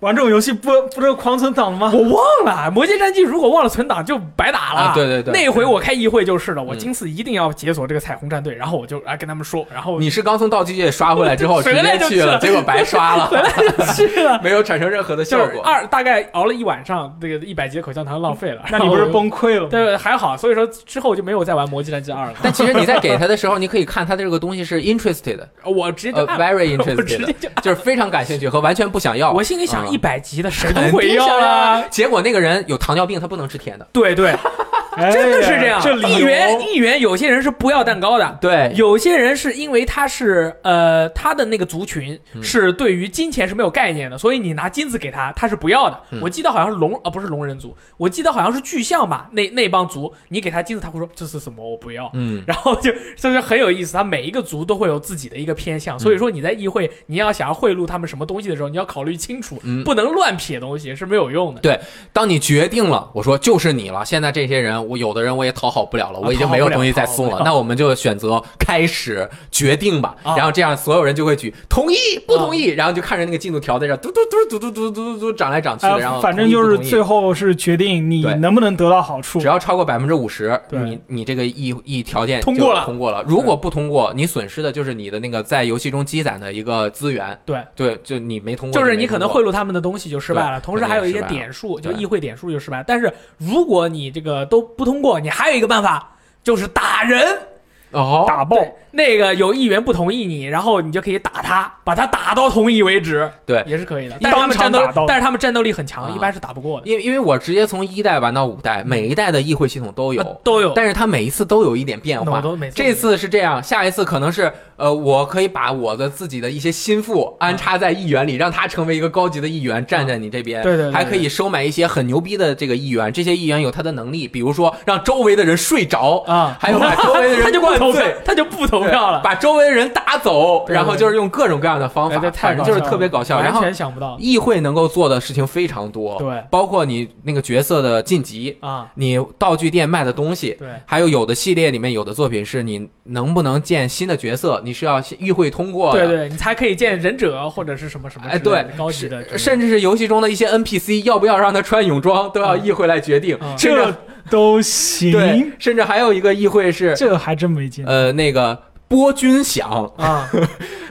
玩这种游戏不不是狂存档吗？我忘了《魔界战记》，如果忘了存档就白打了。啊对对对那回我开议会就是了，我嗯今次一定要解锁这个彩虹战队，然后我就来跟他们说，然后你是刚从道具界刷回 来之后直回来接就去去了，了结果白刷 了，回来就去了 。没有产生任何的效就是果。二大概熬了一晚上，这个一百级的口香糖浪费了。那你不是然后崩溃了吗？对，还好，所以说之后就没有再玩《魔界战记二》了。但其实你在给他的时候，你可以看他的这个东西是 interested，我直接就呃按了， ，very 我直 interested，哦接就按就是非常感兴趣和完全不想要。我心里想，嗯一百级的谁都会要啦。结果那个人有糖尿病，他不能吃甜的。对对，哎呀，真的是这样。这理议由员议员，有些人是不要蛋糕的，对，有些人是因为他是呃，他的那个族群嗯是对于金钱是没有概念的，所以你拿金子给他，他是不要的嗯。我记得好像是龙啊，不是龙人族，我记得好像是巨象吧，那那帮族，你给他金子，他会说这是什么，我不要。嗯，然后就就是很有意思，他每一个族都会有自己的一个偏向，所以说你在议会，你要想要贿赂他们什么东西的时候，你要考虑清楚，嗯不能乱撇东西是没有用的。当你决定了，我说就是你了。现在这些人，我有的人我也讨好不了了，啊我已经没有东西再送讨好了不。了那我们就选择开始决定吧。啊然后这样所有人就会举同意、不同意，然后就看着那个进度条在这儿嘟嘟嘟嘟嘟嘟嘟嘟嘟涨来涨去的，然后啊，反正就同意不是同意最后是决定你对能不能得到好处只。要超过百分之五十，对你你这个一一条件就通过了通过了。如果不通过，你损失的就是你的那个在游戏中积攒的一个资源。对对，就你没通过，就是没你通可能过贿赂他们的东西就失败了，对同时还有一些肯定点数，就对议会点数就失败了。但是如果你这个都不通过，你还有一个办法，就是打人。哦，打爆对那个有议员不同意你，然后你就可以打他，把他打到同意为止。对也是可以的。但是他们战当场斗打到，但是他们战斗力很强，啊一般是打不过的。因为因为我直接从一代玩到五代，每一代的议会系统都啊有，都有，但是它每一次都有一点变我化。都每次都这次是这样，下一次可能是呃，我可以把我的自己的一些心腹安插在议员里，让他成为一个高级的议员，站在你这边。对对对还可以收买一些很牛逼的这个议员，这些议员有他的能力，比如说让周围的人睡着，啊，还有把周 围的他人就不灌投票醉，，他就不投票了。把周围的人打走，对然后就是用各种各样的方哎法这，太反搞正笑就了是特别搞笑。然完后全想不到。议会能够做的事情非常多，对包括你那个角色的晋级，啊，你道具店卖的东西。对，还有有的系列里面有的作品是你能不能建新的角色，你是要议会通过对的，对，你才可以见忍者或者是什么什么哎之类的对高级的之类的，甚至是游戏中的一些 NPC 要不要让他穿泳装都要嗯议会来决定，嗯甚至这都对行，，甚至还有一个议会是这还真没见。呃那个波军响，啊，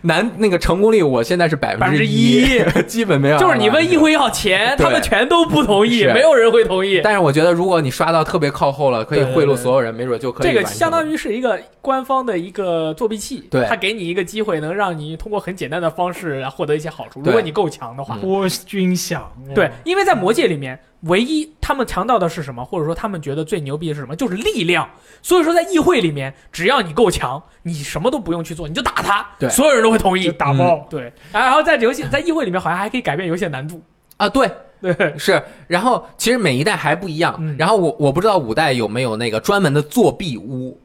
难那个成功率，我现在是百分之一， 基本没 有。就是你问议会要钱，对他们全都不同意，是没有人会同意。但是我觉得，如果你刷到特别靠后了，可以对对贿赂对所有人，没准就可以这个完成相当了于是一个官方的一个作弊器，对他给你一个机会，能让你通过很简单的方式来获得一些好处。如果对你够强的话，嗯郭军想，对，因为在魔界里面，唯一他们强调的是什么，或者说他们觉得最牛逼的是什么，就是力量。所以说，在议会里面，只要你够强，你什么都不用去做，你就打他，对所有人都会同就意。打爆，对，然后在游戏在议会里面，好像还可以改变游戏的难度。 啊，对，对，是。然后其实每一代还不一样，嗯然后我我不知道五代有没有那个专门的作弊屋，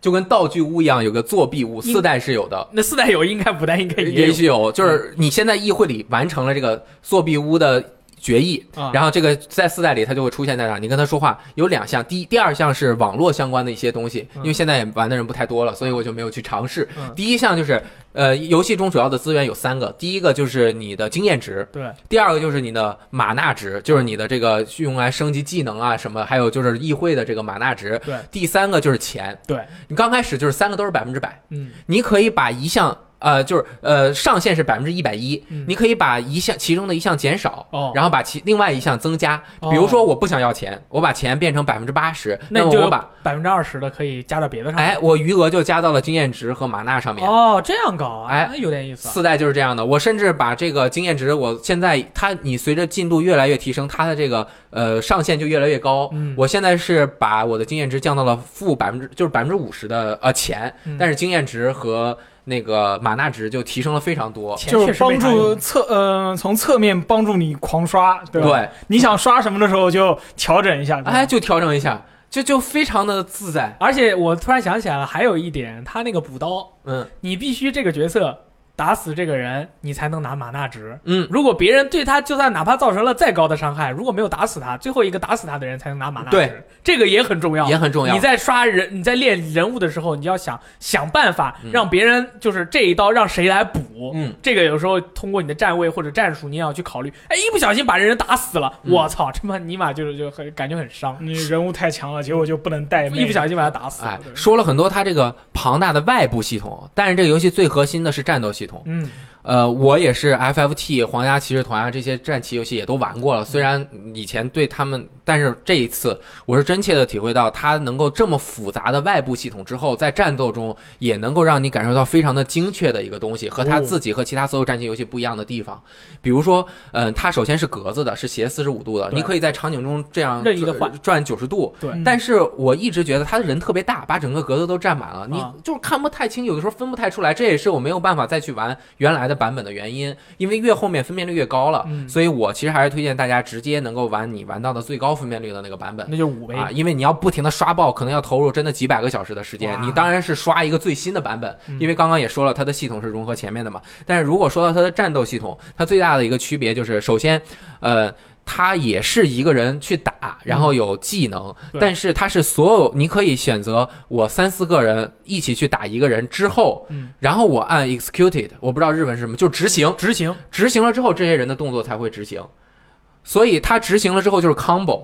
就跟道具屋一样，有个作弊屋，应四代是有的。那四代有应该五代应该也也有嗯许有，就是你先在议会里完成了这个作弊屋的决议，啊。然后这个在四代里它就会出现在那儿。你跟他说话有两项，第一第二项是网络相关的一些东西，嗯因为现在玩的人不太多了，所以我就没有去尝试。嗯第一项就是，呃，游戏中主要的资源有三个，第一个就是你的经验值，对，第二个就是你的玛纳值，就是你的这个用来升级技能啊什么，还有就是议会的这个玛纳值。对，第三个就是钱。对，你刚开始就是三个都是百分之百，嗯，你可以把一项呃就是呃上限是百分之一百一，嗯你可以把一项其中的一项减少。哦，然后把其另外一项增加，哦比如说我不想要钱，我把钱变成百分之八十，那那你么就我有把百分之二十的可以加到别的上面。哎我余额就加到了经验值和玛纳上面。哦，这样搞啊，哎那有点意思啊。四代就是这样的，我甚至把这个经验值，我现在它你随着进度越来越提升，它的这个呃上限就越来越高。嗯我现在是把我的经验值降到了负百分之，就是百分之五十的呃钱，嗯但是经验值和那个玛纳值就提升了非常多。钱就确是实没帮啥用助侧，呃，从侧面帮助你狂刷，对吧？啊对，你想刷什么的时候就调整一下。对吧哎，，就调整一下，就就非常的自在。而且我突然想起来了，还有一点，他那个补刀，嗯你必须这个角色打死这个人，你才能拿玛纳值。嗯，如果别人对他就算哪怕造成了再高的伤害，如果没有打死他，最后一个打死他的人才能拿玛纳值。对，这个也很重要。也很重要你。在刷人，你在练人物的时候，你要想想办法嗯让别人就是这一刀让谁来补。嗯，这个有时候通过你的站位或者战术，你也要去考虑。哎，一不小心把人打死了，嗯我操，他妈尼玛就是就很感觉很伤，你人物太强了，结果就不能带妹。一不小心把他打死了。哎对，说了很多它这个庞大的外部系统，但是这个游戏最核心的是战斗系统。嗯，呃，我也是 FFT、皇家骑士团啊这些战棋游戏也都玩过了，虽然以前对他们，但是这一次我是真切的体会到，它能够这么复杂的外部系统之后，在战斗中也能够让你感受到非常的精确的一个东西，哦和它自己和其他所有战棋游戏不一样的地方。比如说，嗯、它首先是格子的，是斜四十五度的，对你可以在场景中这样任意地换转九十度，对嗯但是我一直觉得他的人特别大，把整个格子都占满了，你啊就是看不太清，有的时候分不太出来。这也是我没有办法再去玩原来的版本的原因，因为越后面分辨率越高了，嗯所以我其实还是推荐大家直接能够玩你玩到的最高分辨率的那个版本。那就五呗。啊，因为你要不停的刷爆，可能要投入真的几百个小时的时间哇。你当然是刷一个最新的版本，嗯因为刚刚也说了，它的系统是融合前面的嘛。但是如果说到它的战斗系统，它最大的一个区别就是，首先，呃。它也是一个人去打，然后有技能，嗯对但是它是所有你可以选择我三四个人一起去打一个人之后，嗯然后我按 executed，我不知道日文是什么，就执行，执行执行了之后，这些人的动作才会执行。所以他执行了之后就是 combo。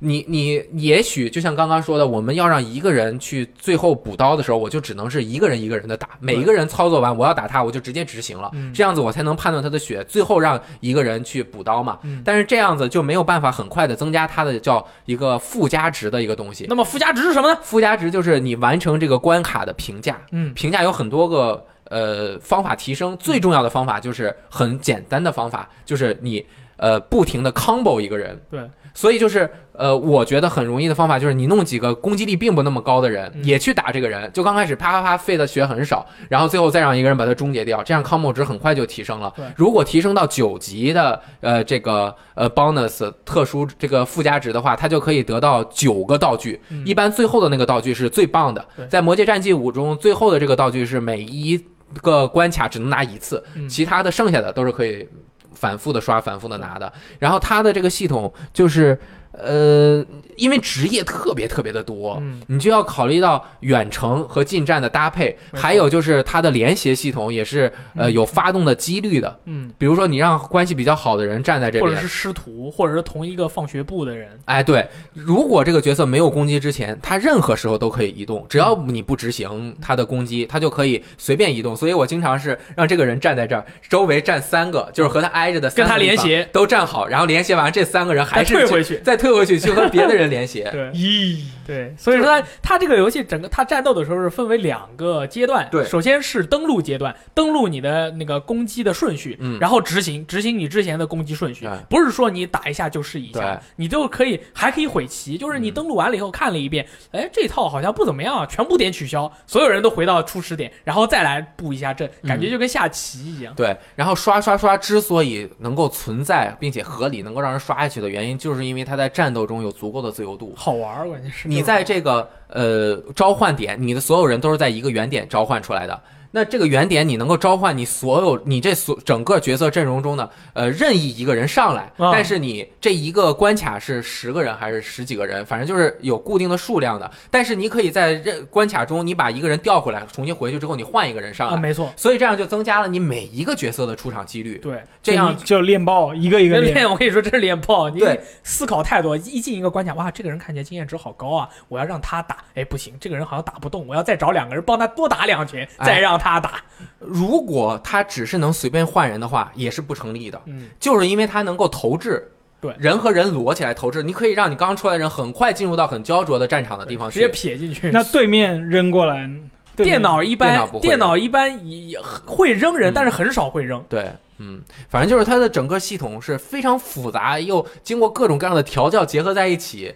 你你也许就像刚刚说的，我们要让一个人去最后补刀的时候，我就只能是一个人一个人的打，每一个人操作完，我要打他，我就直接执行了，嗯这样子我才能判断他的血，最后让一个人去补刀嘛。嗯但是这样子就没有办法很快的增加他的叫一个附加值的一个东西。那么附加值是什么呢？附加值就是你完成这个关卡的评价，嗯评价有很多个呃方法提升，最重要的方法就是很简单的方法，就是你呃不停的 combo 一个人。对，所以就是呃，我觉得很容易的方法就是你弄几个攻击力并不那么高的人、嗯也去打这个人，就刚开始啪啪啪费的血很少，然后最后再让一个人把它终结掉，这样 combo 值很快就提升了对。如果提升到九级的呃这个呃 bonus 特殊这个附加值的话，它就可以得到九个道具，嗯一般最后的那个道具是最棒的对，在《魔界战记五》中，最后的这个道具是每一个关卡只能拿一次，嗯其他的剩下的都是可以反复的刷、反复的拿的。然后它的这个系统就是。呃，因为职业特别特别的多，嗯，你就要考虑到远程和近战的搭配，没错还有就是它的联携系统也是呃嗯有发动的几率的。嗯，比如说你让关系比较好的人站在这或者边是，师徒，或者是同一个放学部的人，哎，对，如果这个角色没有攻击之前，他任何时候都可以移动，只要你不执行他的攻击，他就可以随便移动。所以我经常是让这个人站在这儿，周围站三个，就是和他挨着的三跟个他地联方携，都站好，然后联携完这三个人还再是退回去，去。再退回去去和别的人联携。对咦，对，所以说它它这个游戏整个它战斗的时候是分为两个阶段，对首先是登录阶段，登录你的那个攻击的顺序， 嗯然后执行执行你之前的攻击顺序对，不是说你打一下就是一对下，你都可以还可以毁棋，就是你嗯登录完了以后看了一遍，哎，这套好像不怎么样啊，全部点取消，所有人都回到初始点，然后再来布一下阵，感嗯觉就跟下棋一样。对，然后刷刷刷之所以能够存在并且合理，能够让人刷下去的原因，就是因为它在战斗中有足够的自由度。好玩儿，关键是你在这个呃召唤点，你的所有人都是在一个原点召唤出来的。那这个原点，你能够召唤你所有你这所整个角色阵容中的呃任意一个人上来，啊但是你这一个关卡是十个人还是十几个人，反正就是有固定的数量的。但是你可以在任关卡中，你把一个人调回来，重新回去之后，你换一个人上啊，来，没错，所以这样就增加了你每一个角色的出场几率。对，这样就练爆，一个一个这练。练我跟你说，这是练炮，你对思考太多，一进一个关卡，哇，这个人看起来经验值好高啊，我要让他打，哎，不行，这个人好像打不动，我要再找两个人帮他多打两拳，哎再让他打，如果他只是能随便换人的话，也是不成立的，嗯，就是因为他能够投掷。对人和人摞起来投掷，你可以让你刚出来的人很快进入到很焦灼的战场的地方直接去。撇进去。那对面扔过来，对面电脑一电脑般不会电脑一般也会扔人，嗯但是很少会扔。对，嗯，反正就是它的整个系统是非常复杂，又经过各种各样的调教结合在一起。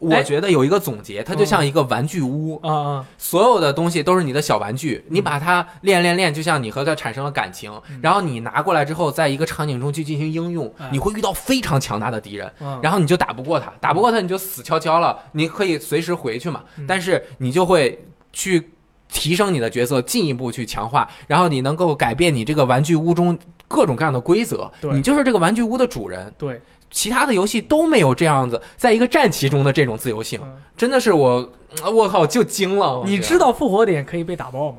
我哎嗯觉得有一个总结，它就像一个玩具屋，啊啊！所有的东西都是你的小玩具，嗯你把它练练练，就像你和它产生了感情，然后你拿过来之后，在一个场景中去进行应用哎，你会遇到非常强大的敌人。嗯然后你就打不过他，打不过他你就死翘翘了，你可以随时回去嘛嗯，但是你就会去提升你的角色，进一步去强化，然后你能够改变你这个玩具屋中各种各样的规则，对你就是这个玩具屋的主人。对，其他的游戏都没有这样子，在一个战棋中的这种自由性，嗯真的是我，我靠，就惊哦了。我你觉得知道复活点可以被打爆吗？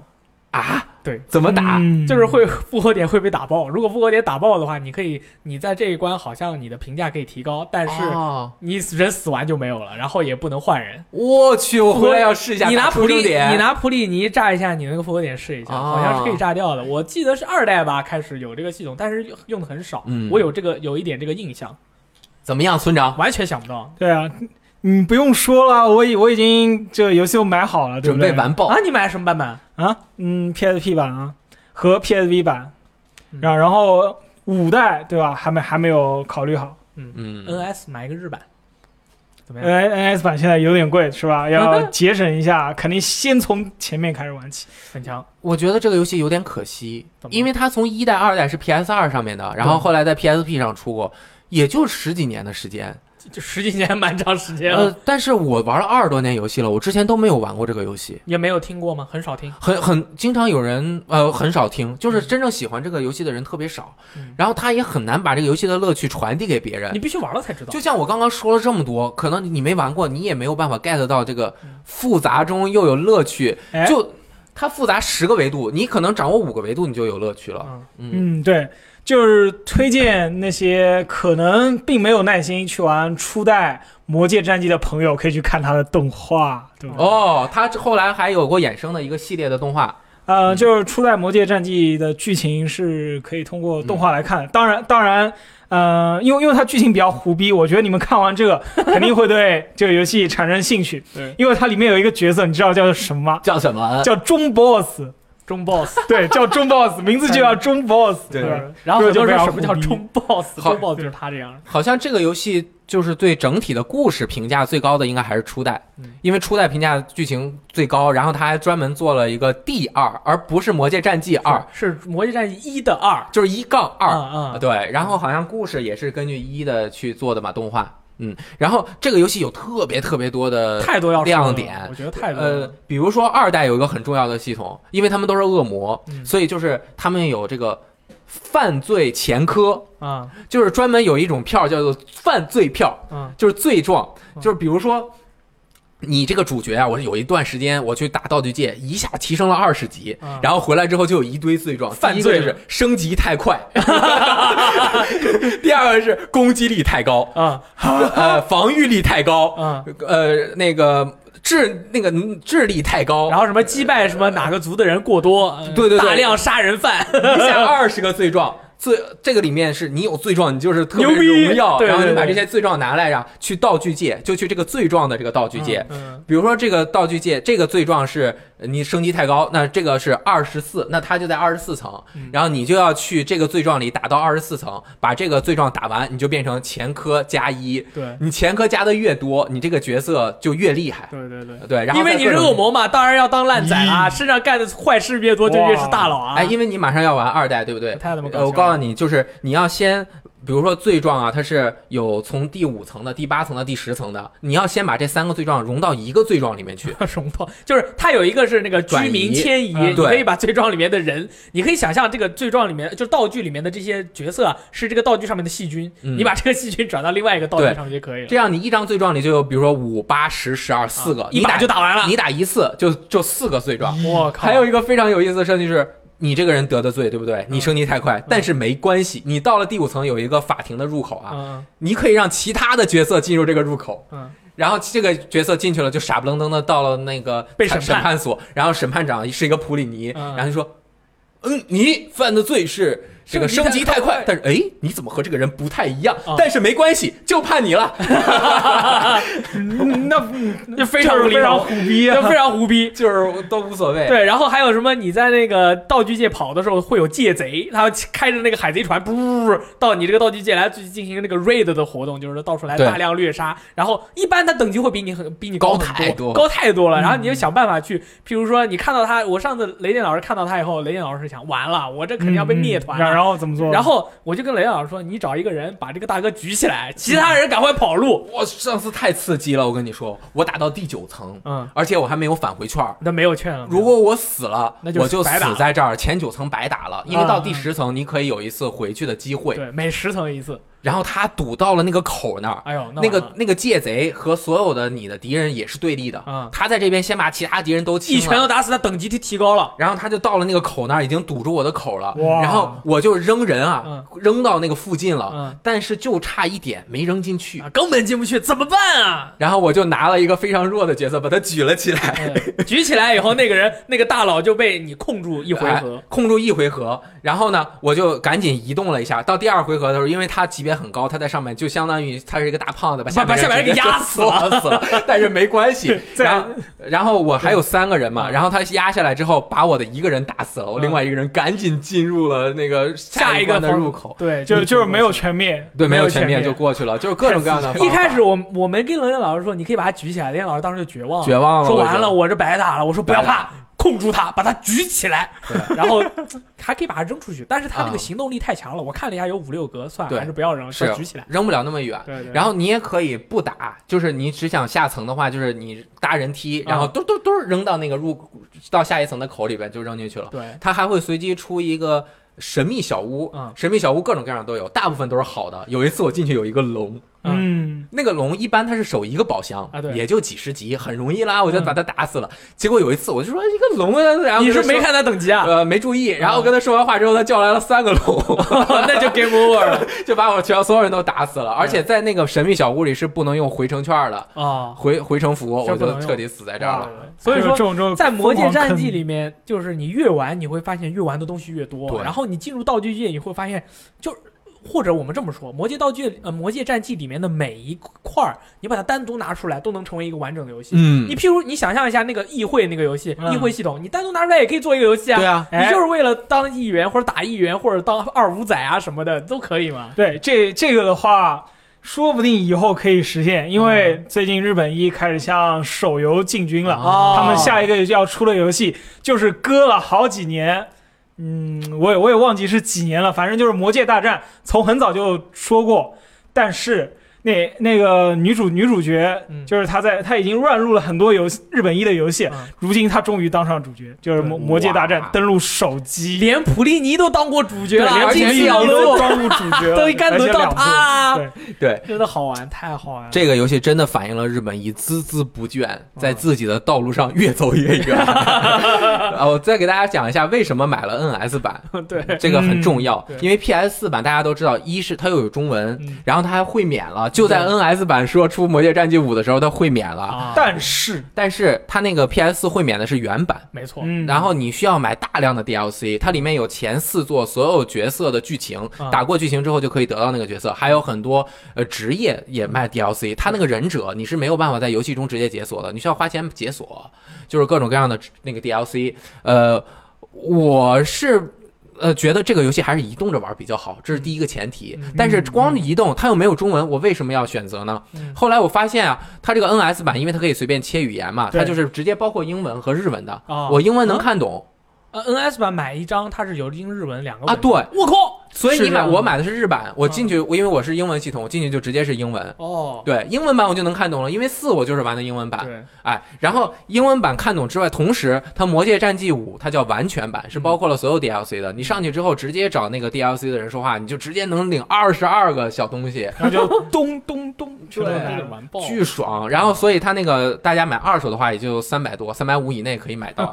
啊？对，怎么打？嗯就是会复活点会被打爆。如果复活点打爆的话，你可以你在这一关好像你的评价可以提高，但是哦你人死完就没有了，然后也不能换人。我去，我回来要试一下你拿打普出利，生点。你拿普利尼炸一下你那个复活点试一下，哦好像是可以炸掉的。我记得是二代吧开始有这个系统，但是用的很少。嗯我有这个有一点这个印象，怎么样，村长？完全想不哦到对啊，你不用说了，我已我已经这游戏都买好了，对准不对？备完爆。啊！你买什么版本？啊，嗯，PSP 版啊和 PSV 版，啊嗯然后然后五代对吧？还没还没有考虑好。嗯 NS 买一个日版，怎么样？ N N S 版现在有点贵是吧？要节省一下，肯定先从前面开始玩起。很强。我觉得这个游戏有点可惜怎，么因为它从一代、二代是 PS 二上面的，然后后来在 PSP 上出过，也就十几年的时间。这十几年 蛮长时间呃了，，但是我玩了二十多年游戏了，我之前都没有玩过这个游戏，也没有听过吗？很少听。很很经常有人呃很少听，就是真正喜欢这个游戏的人特别少嗯，然后他也很难把这个游戏的乐趣传递给别人你。必须玩了才知道。就像我刚刚说了这么多，可能你没玩过，你也没有办法 get 到这个复杂中又有乐趣。哎就它复杂十个维度，你可能掌握五个维度，你就有乐趣了。嗯，嗯嗯，对，就是推荐那些可能并没有耐心去玩初代《魔界战记》的朋友，可以去看它的动画，嗯对吧？哦，他后来还有过衍生的一个系列的动画，呃，嗯就是初代《魔界战记》的剧情是可以通过动画来看的，嗯当然，当然，呃，因为因为它剧情比较胡逼，我觉得你们看完 这个肯定会对这个游戏产生兴趣，对，啊因为它里面有一个角色，你知道叫什么吗？叫什么？叫中 boss，中 boss， 对，叫中 boss，名字就叫中 boss，对吧然后很多人说什么这就叫不要胡逼中 boss，好中 boss 就是他这样。好像这个游戏就是对整体的故事评价最高的，应该还是初代嗯，因为初代评价剧情最高，然后他还专门做了一个 D 二，而不是《魔界战记二是《魔界战记》一的二》，就是一杠二。啊啊，对，然后好像故事也是根据一的去做的嘛，动画。嗯，然后这个游戏有特别特别多的太多要说呃亮了点我觉得太多呃了。，比如说二代有一个很重要的系统，因为他们都是恶魔，嗯所以就是他们有这个犯罪前科，啊就是专门有一种票叫做犯罪票，啊就是罪状，嗯就是比如说。你这个主角啊，我是有一段时间我去打道具界，一下提升了二十级，啊然后回来之后就有一堆罪状，嗯犯罪第一个就是升级太快， 第二个是攻击力太高，啊呃，防御力太嗯高，啊！呃，那个智那个智力太高，然后什么击败什么哪个族的人过多，呃对对对大量杀人犯， 一下二十个罪状。罪这个里面是你有罪状，你就是特别牛逼荣耀，对对然后你把对这些罪状拿来呀、去道具界，就去这个罪状的这个道具界。嗯比如说这个道具界，这个罪状是呃你升级太高，那这个是二十四，那它就在二十四层嗯，然后你就要去这个罪状里打到二十四层，把这个罪状打完，你就变成前科加一。对你前科加的越多，你这个角色就越厉害。对对对。对，然后因为在你各是种恶魔嘛，当然要当烂仔啦，身上干的坏事越多，就越是大佬啊！哎， 因为你马上要玩二代，对不对？太他妈搞笑呃，了我告诉你，就是你要先，比如说罪状啊，它是有从第五层的、第八层的、第十层的，你要先把这三个罪状融到一个罪状里面去。融到，就是它有一个是那个居民迁移，转移你嗯对可以把罪状里面的人，你可以想象这个罪状里面就是道具里面的这些角色啊，是这个道具上面的细菌，嗯你把这个细菌转到另外一个道具上面就可以了，啊这样你一张罪状里就有，比如说五、八、十、十二四个，一你把打就嗯打完了。你打一次就就四个罪状。我靠！还有一个非常有意思的设定就是。你这个人得的罪，对不对？嗯你升级太快，但是没关系，你到了第五层有一个法庭的入口啊，嗯你可以让其他的角色进入这个入口，嗯然后这个角色进去了，就傻不愣登的到了那个被审审判所，然后审判长是一个普里尼，嗯然后就说：“嗯，你犯的罪是这个升级太快，但是哎，你怎么和这个人不太一样？嗯但是没关系，就判你了。 嗯那就非非常常无非厘常头，虎逼 就啊！非常胡逼。就是都无所谓。”对，然后还有什么？你在那个道具界跑的时候，会有界贼，他要开着那个海贼船，噗，到你这个道具界来去进行那个 raid 的活动，就是到处来对大量掠杀。然后一般他等级会比你很比你高很太多，多嗯高太多了。然后你就想办法去，譬如说你看到他，我上次雷电老师看到他以后，雷电老师想，完了，我这肯定要被灭团嗯嗯了。然后怎么做？然后我就跟雷电老师说，你找一个人把这个大哥举起来，其他嗯人赶快跑路。我上次太刺激了，我跟你说，我打到第九层，嗯，而且我还没有返回券儿。那没有劝了。如果我死了，那就我就白打死在这儿，前九层白打了，因为到嗯第十层你可以有一次回去的机会。对每十层一次，然后他堵到了那个口那儿，哎呦，那完个了那个界贼和所有的你的敌人也是对立的，嗯他在这边先把其他敌人都一清拳了，头打死他，等级就提高了。然后他就到了那个口那儿，已经堵住我的口了，哇然后我就扔人啊，扔到那个附近了，嗯，但是就差一点没扔进去，啊，根本进不去，怎么办 啊？然后我就拿了一个非常弱的角色把他举了起来，嗯举起来以后，那个人那个大佬就被你控住一回合哎，控住一回合，然后呢，我就赶紧移动了一下，到第二回合的时候，因为他级别很高，他在上面就相当于他是一个大胖子，把下把下面人人给直接压就死了 死了，但是没关系，再然后然后我还有三个人嘛，嗯然后他压下来之后，把我的一个人打死了，我嗯另外一个人赶紧进入了那个下一一个关的方入口，对，就就是没有全灭，对，没有全全灭灭就过去了，就是各种各样的方法。一开始我我没跟冷眼老师说，你可以把他举起来，冷眼老师当时就绝望了，绝望了，说我觉完得了，我这白打了。我说不要怕，控住他，把他举起来，对然后还可以把他扔出去，但是他这个啊行动力太强了，我看了一下有五六格，算了，对还是不要扔，是把他举起来。扔不了那么远。对对，然后后你也可以不打，就是你只想下层的话，就是你搭人梯，然后嗯嘟嘟嘟扔到那个入到下一层的口里边就扔进去了。对，它还会随机出一个神秘小屋嗯，神秘小屋各种各样都有，大部分都是好的。有一次我进去有一个龙，嗯，那个龙一般它是守一个宝箱啊对嗯也就几十级，很容易啦，我就把它打死了。结果有一次我就说一个龙啊，然后你跟是他说没看他等级啊？ 呃没注意，然后跟他说完话之后，他叫来了三个龙，那就 game over 了 嗯就把我全所有人都打死了。而且在那个神秘小屋里是不能用回城券的，啊！回回城符是我不能用就哦彻底死在这儿了。了，所以说这种这 种在《魔界疯狂战坑记》里面，就是你越玩，你会发现越玩的东西越多。对然后你进入道具界，你会发现，就或者我们这么说，《魔界道具》呃，《魔界战记》里面的每一块儿，你把它单独拿出来，都能成为一个完整的游戏。嗯你，譬如你想象一下那个议会那个游戏，嗯议会系统，你单独拿出来也可以做一个游戏啊对。啊，你哎就是为了当议员或者打议员或者当二五仔啊什么的都可以嘛。 对这这个的话，说不定以后可以实现，因为最近日本一开始向手游进军了，哦他们下一个要出的游戏就是搁了好几年。嗯，我也我也忘记是几年了，反正就是《魔界大战》，从很早就说过，但是那那个女主女主角嗯，就是她在她已经乱入了很多游戏日本一的游戏嗯，如今她终于当上主角，就是魔对魔界大战哇登陆手机，连普利尼都当过主角对，了，连而自且己小都鹿当入主角 了，都应该轮到啊他而且两了，对。真的好玩，太好玩了。这个游戏真的反映了日本一孜孜不倦，嗯在自己的道路上越走越 远。啊，我再给大家讲一下为什么买了 NS 版，对，这个很重要嗯，对因为 PS 四版大家都知道，一是它又有中文，嗯然后它还会免了。就在对 NS 版说出《魔界战记五》的时候，它会免了，啊，但是，但是它那个 PS 四会免的是原版。没错，嗯，然后你需要买大量的 DLC，它里面有前四座所有角色的剧情啊，打过剧情之后就可以得到那个角色，还有很多呃职业也卖 DLC。它那个忍者你是没有办法在游戏中直接解锁的，你需要花钱解锁，就是各种各样的那个 DLC。呃，我是。呃，觉得这个游戏还是移动着玩比较好，这是第一个前提嗯。但是光移动，它又没有中文，我为什么要选择呢嗯？后来我发现啊，它这个 NS 版，因为它可以随便切语言嘛，对它就是直接包括英文和日文的。啊我英文能看懂呃 NS 版买一张，它是有英日文两个啊，版本，对，我靠，所以是你这买样我的嗯买的是日版，我进去我因为我是英文系统，我进去就直接是英文。哦，对英文版我就能看懂了，因为四我就是玩的英文版，对，哎，然后英文版看懂之外，同时它《魔界战记五》它叫完全版，嗯是包括了所有 DLC 的。你上去之后直接找那个 DLC 的人说话，你就直接能领二十二个小东西，然后 就咚咚咚，全都对拿着玩爆，巨爽。然后所以它那个大家买二手的话，也就三百多，三百五以内可以 买到。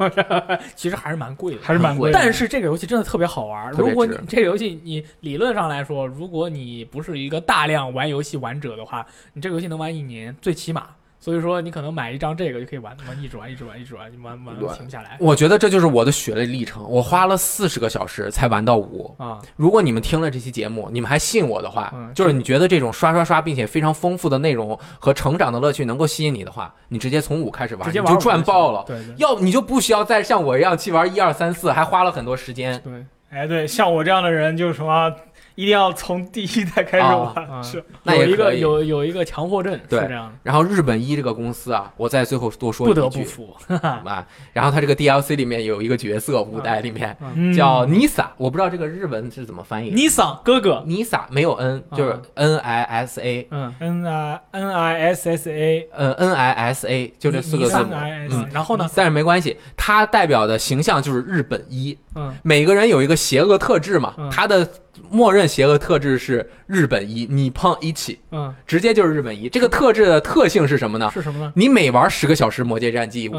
其实还是蛮贵的。还是蛮贵的，但是这个游戏真的特别好玩。特别如果你值这个游戏你理论上来说，如果你不是一个大量玩游戏玩者的话，你这个游戏能玩一年，最起码。所以说你可能买一张这个就可以玩，玩一直玩，一直玩，一直玩，玩玩对停不下来我觉得这就是我的血泪历程，我花了四十个小时才玩到五。啊！如果你们听了这期节目，你们还信我的话，嗯就是你觉得这种刷刷刷，并且非常丰富的内容和成长的乐趣能够吸引你的话，你直接从五开始玩，直接你玩就赚爆了。对对要你就不需要再像我一样去玩一二三四，还花了很多时间。对，哎，对，像我这样的人就是什么，一定要从第一代开始啊啊玩，是那有也一可个以。有有一个强迫症是对这样的，然后日本一这个公司啊，我在最后多说不一得句不服。啊，然后它这个 DLC 里面有一个角色，五代里面嗯叫 Nisa，我不知道这个日文是怎么翻译。尼桑哥哥， Nisa 没有 N，就是啊 N I S A，嗯， N I N I S S A，呃 N I S A 就这四个字尼母。 N-I-S-A 嗯然后呢， 但是没关系，它代表的形象就是日本一。嗯，每个人有一个邪恶特质嘛嗯，他的默认邪恶特质是日本一，你碰一起，嗯，直接就是日本一。这个特质的特性是什么呢？是什么呢？嗯你每玩十个小时《魔界战记五》，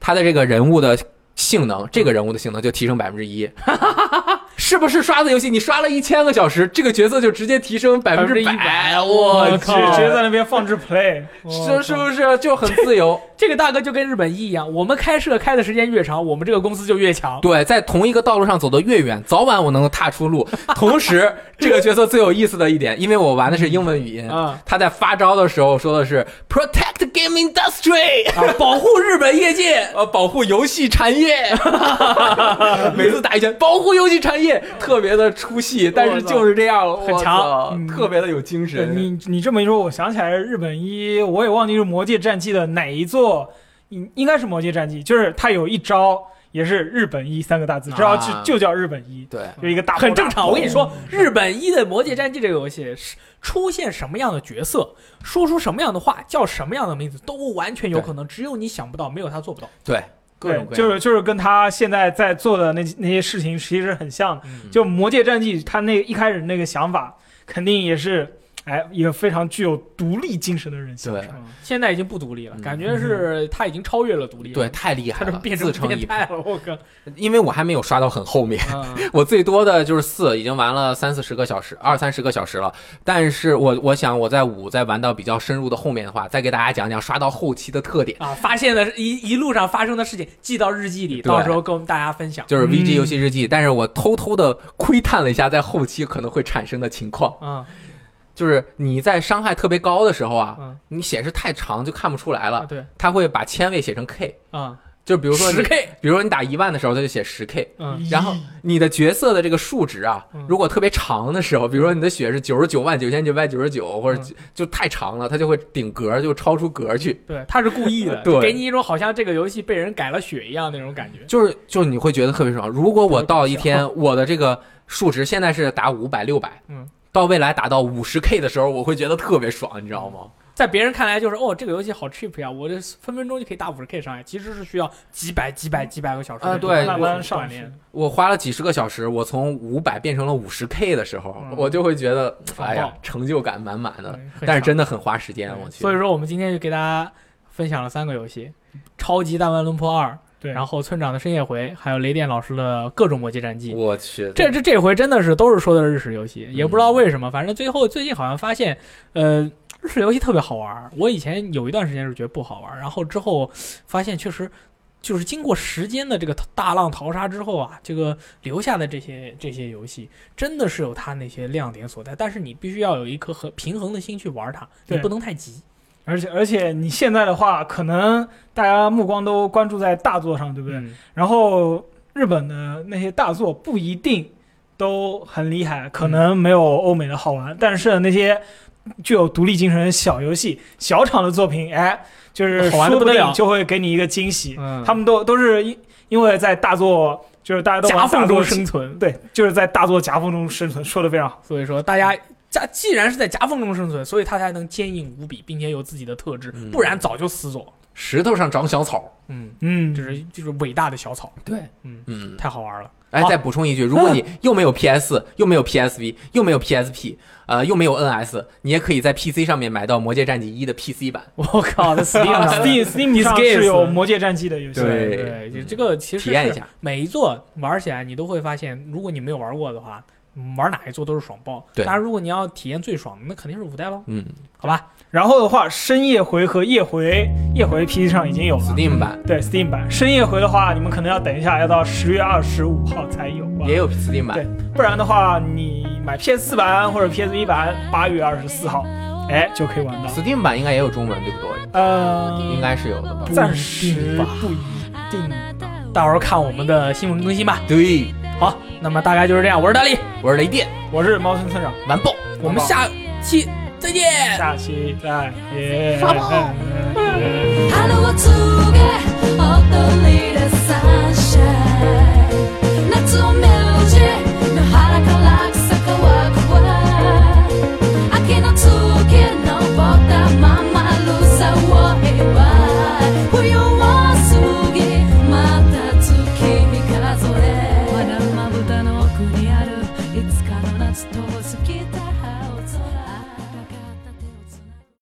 他的这个人物的性能，这个人物的性能就提升百分之 一，是不是刷子游戏？你刷了一千个小时，这个角色就直接提升百分之百， 100%我我直去靠，直接在那边放 置 play，这是不是就很自由？这个大哥就跟日本一一样，我们开设开的时间越长，我们这个公司就越强。对，在同一个道路上走得越远，早晚我能够踏出路。同时，这个角色最有意思的一点，因为我玩的是英文语音，啊他在发招的时候说的是 “protect game industry”，啊，保护日本业界。呃，保护游戏产 业。每次打一拳，保护游戏产业，特别的出戏，但是就是这样，很我强操嗯特别的有精对神。你你这么一说，我想起来日本一，我也忘记是《魔界战记》的哪一座，应应该是《魔界战记》，就是它有一招也是日本一三个大字，这招就啊就叫日本一，对，就一个大嗯很正常，我跟你说，日日本一的《魔界战记》这个游戏是出现什么样的角色，说出什么样的话，叫什么样的名字，都完全有可能，只有你想不到，没有他做不到。对，各对种，各就样。是就是跟他现在在做的那那些事情其实很像的。嗯就《魔界战记》，他那一开始那个想法，肯定也是，哎，一个非常具有独立精神的人想对出来的。现在已经不独立了，嗯感觉是他已经超越了独立。对，，太厉他害这了，变自成成一变派。态 了，我靠！因为我还没有刷到很后面，嗯我最多的就是四，已经玩了三四十个小时，二三十个小时了。但是我我想我在五再玩到比较深入的后面的话，再给大家讲讲刷到后期的特点，啊，发现的一一路上发生的事情记到日记里，对到时候跟我们大家分享。就是嗯 VG 游戏日记。但是我偷偷的窥探了一下，在后期可能会产生的情况，嗯就是你在伤害特别高的时候啊，嗯你显示太长就看不出来啊，了，对它会把千位写成 K，啊，就比如说你十，K，比如说你打一万的时候，它就写十 K。 嗯然后你的角色的这个数值啊嗯，如果特别长的时候，比如说你的血是九十九万九千九百九十九，或者嗯就太长了，它就会顶格，就超出格去。对，他是故意的， 对就给你一种好像这个游戏被人改了血一样那种感觉。就是就是你会觉得特别爽。如果我到一天我的这个数值现在是打五百六百，嗯，到未来打到五十 K 的时候，我会觉得特别爽，你知道吗？在别人看来就是哦，这个游戏好 cheap 呀、我这分分钟就可以打五十 K 上来，其实是需要几百、几百、几百个小时啊的对慢慢锻上炼去。。我花了几十个小时，我从五百变成了五十 K 的时候，嗯我就会觉得，爽哎呀爆，成就感满满的。嗯很但是爽真的很花时间，我去。所以说，我们今天就给大家分享了三个游戏：超级大乱轮破二，对，然后村长的深夜回，还有雷电老师的各种魔界战绩。我去，这这这回真的是都是说的是日式游戏，也不嗯知道为什么，反正最后最近好像发现，呃，日式游戏特别好玩儿。我以前有一段时间是觉得不好玩儿，然后之后发现确实。就是经过时间的这个大浪淘沙之后啊，这个留下的这些这些游戏，真的是有它那些亮点所在。但是你必须要有一颗和平衡的心去玩儿它，你对不能太急。而且而且你现在的话，可能大家目光都关注在大作上，对不对？嗯然后日本的那些大作不一定都很厉害，可嗯能没有欧美的好玩，但是那些具有独立精神的小游戏、小厂的作品，哎，就是好玩得说不得定了就会给你一个惊喜。嗯他们都都是因因为在大作，就是大家都夹往大缝作中去生存。对，就是在大作夹缝中生存，说的非常好。所以说，大家夹既然是在夹缝中生存，所以它才能坚硬无比，并且有自己的特质，嗯不然早就死走了。石头上长小草，嗯，嗯，这是就是伟大的小草，对，嗯，嗯，太好玩了。哎，好再补充一句，如果你又没有 PS，又没有 PSV，又没有 PSP，呃，又没有 NS，你也可以在 PC 上面买到《魔界战记一》的 PC 版。我靠，在 Steam 上 Steam Steam 上是有《魔界战记》的游戏，对对，就嗯这个其实体验一是下每一座玩起来，你都会发现，如果你没有玩过的话，嗯玩哪一座都是爽爆。对当然，如果你要体验最爽，那肯定是五代喽，嗯好吧？然后的话，深夜回和夜回，夜回 PC 上已经有了。 ，Steam 版对 Steam 版深夜回的话，你们可能要等一下，要到十月二十五号才有吧也。有 Steam 版嗯对，不然的话，你买 PS 四版或者 PSV 版，八月二十四号，哎，就可以玩到。 ，Steam 版应该也有中文，对不对？呃，应该是有的吧？暂时吧不一定。到时候看我们的新闻更新吧。对，好，那么大概就是这样。我是大力，我是雷电，我是猫村村长，完爆。我们下期再见。下期再见。发炮 하루 어쩌게 어떤 일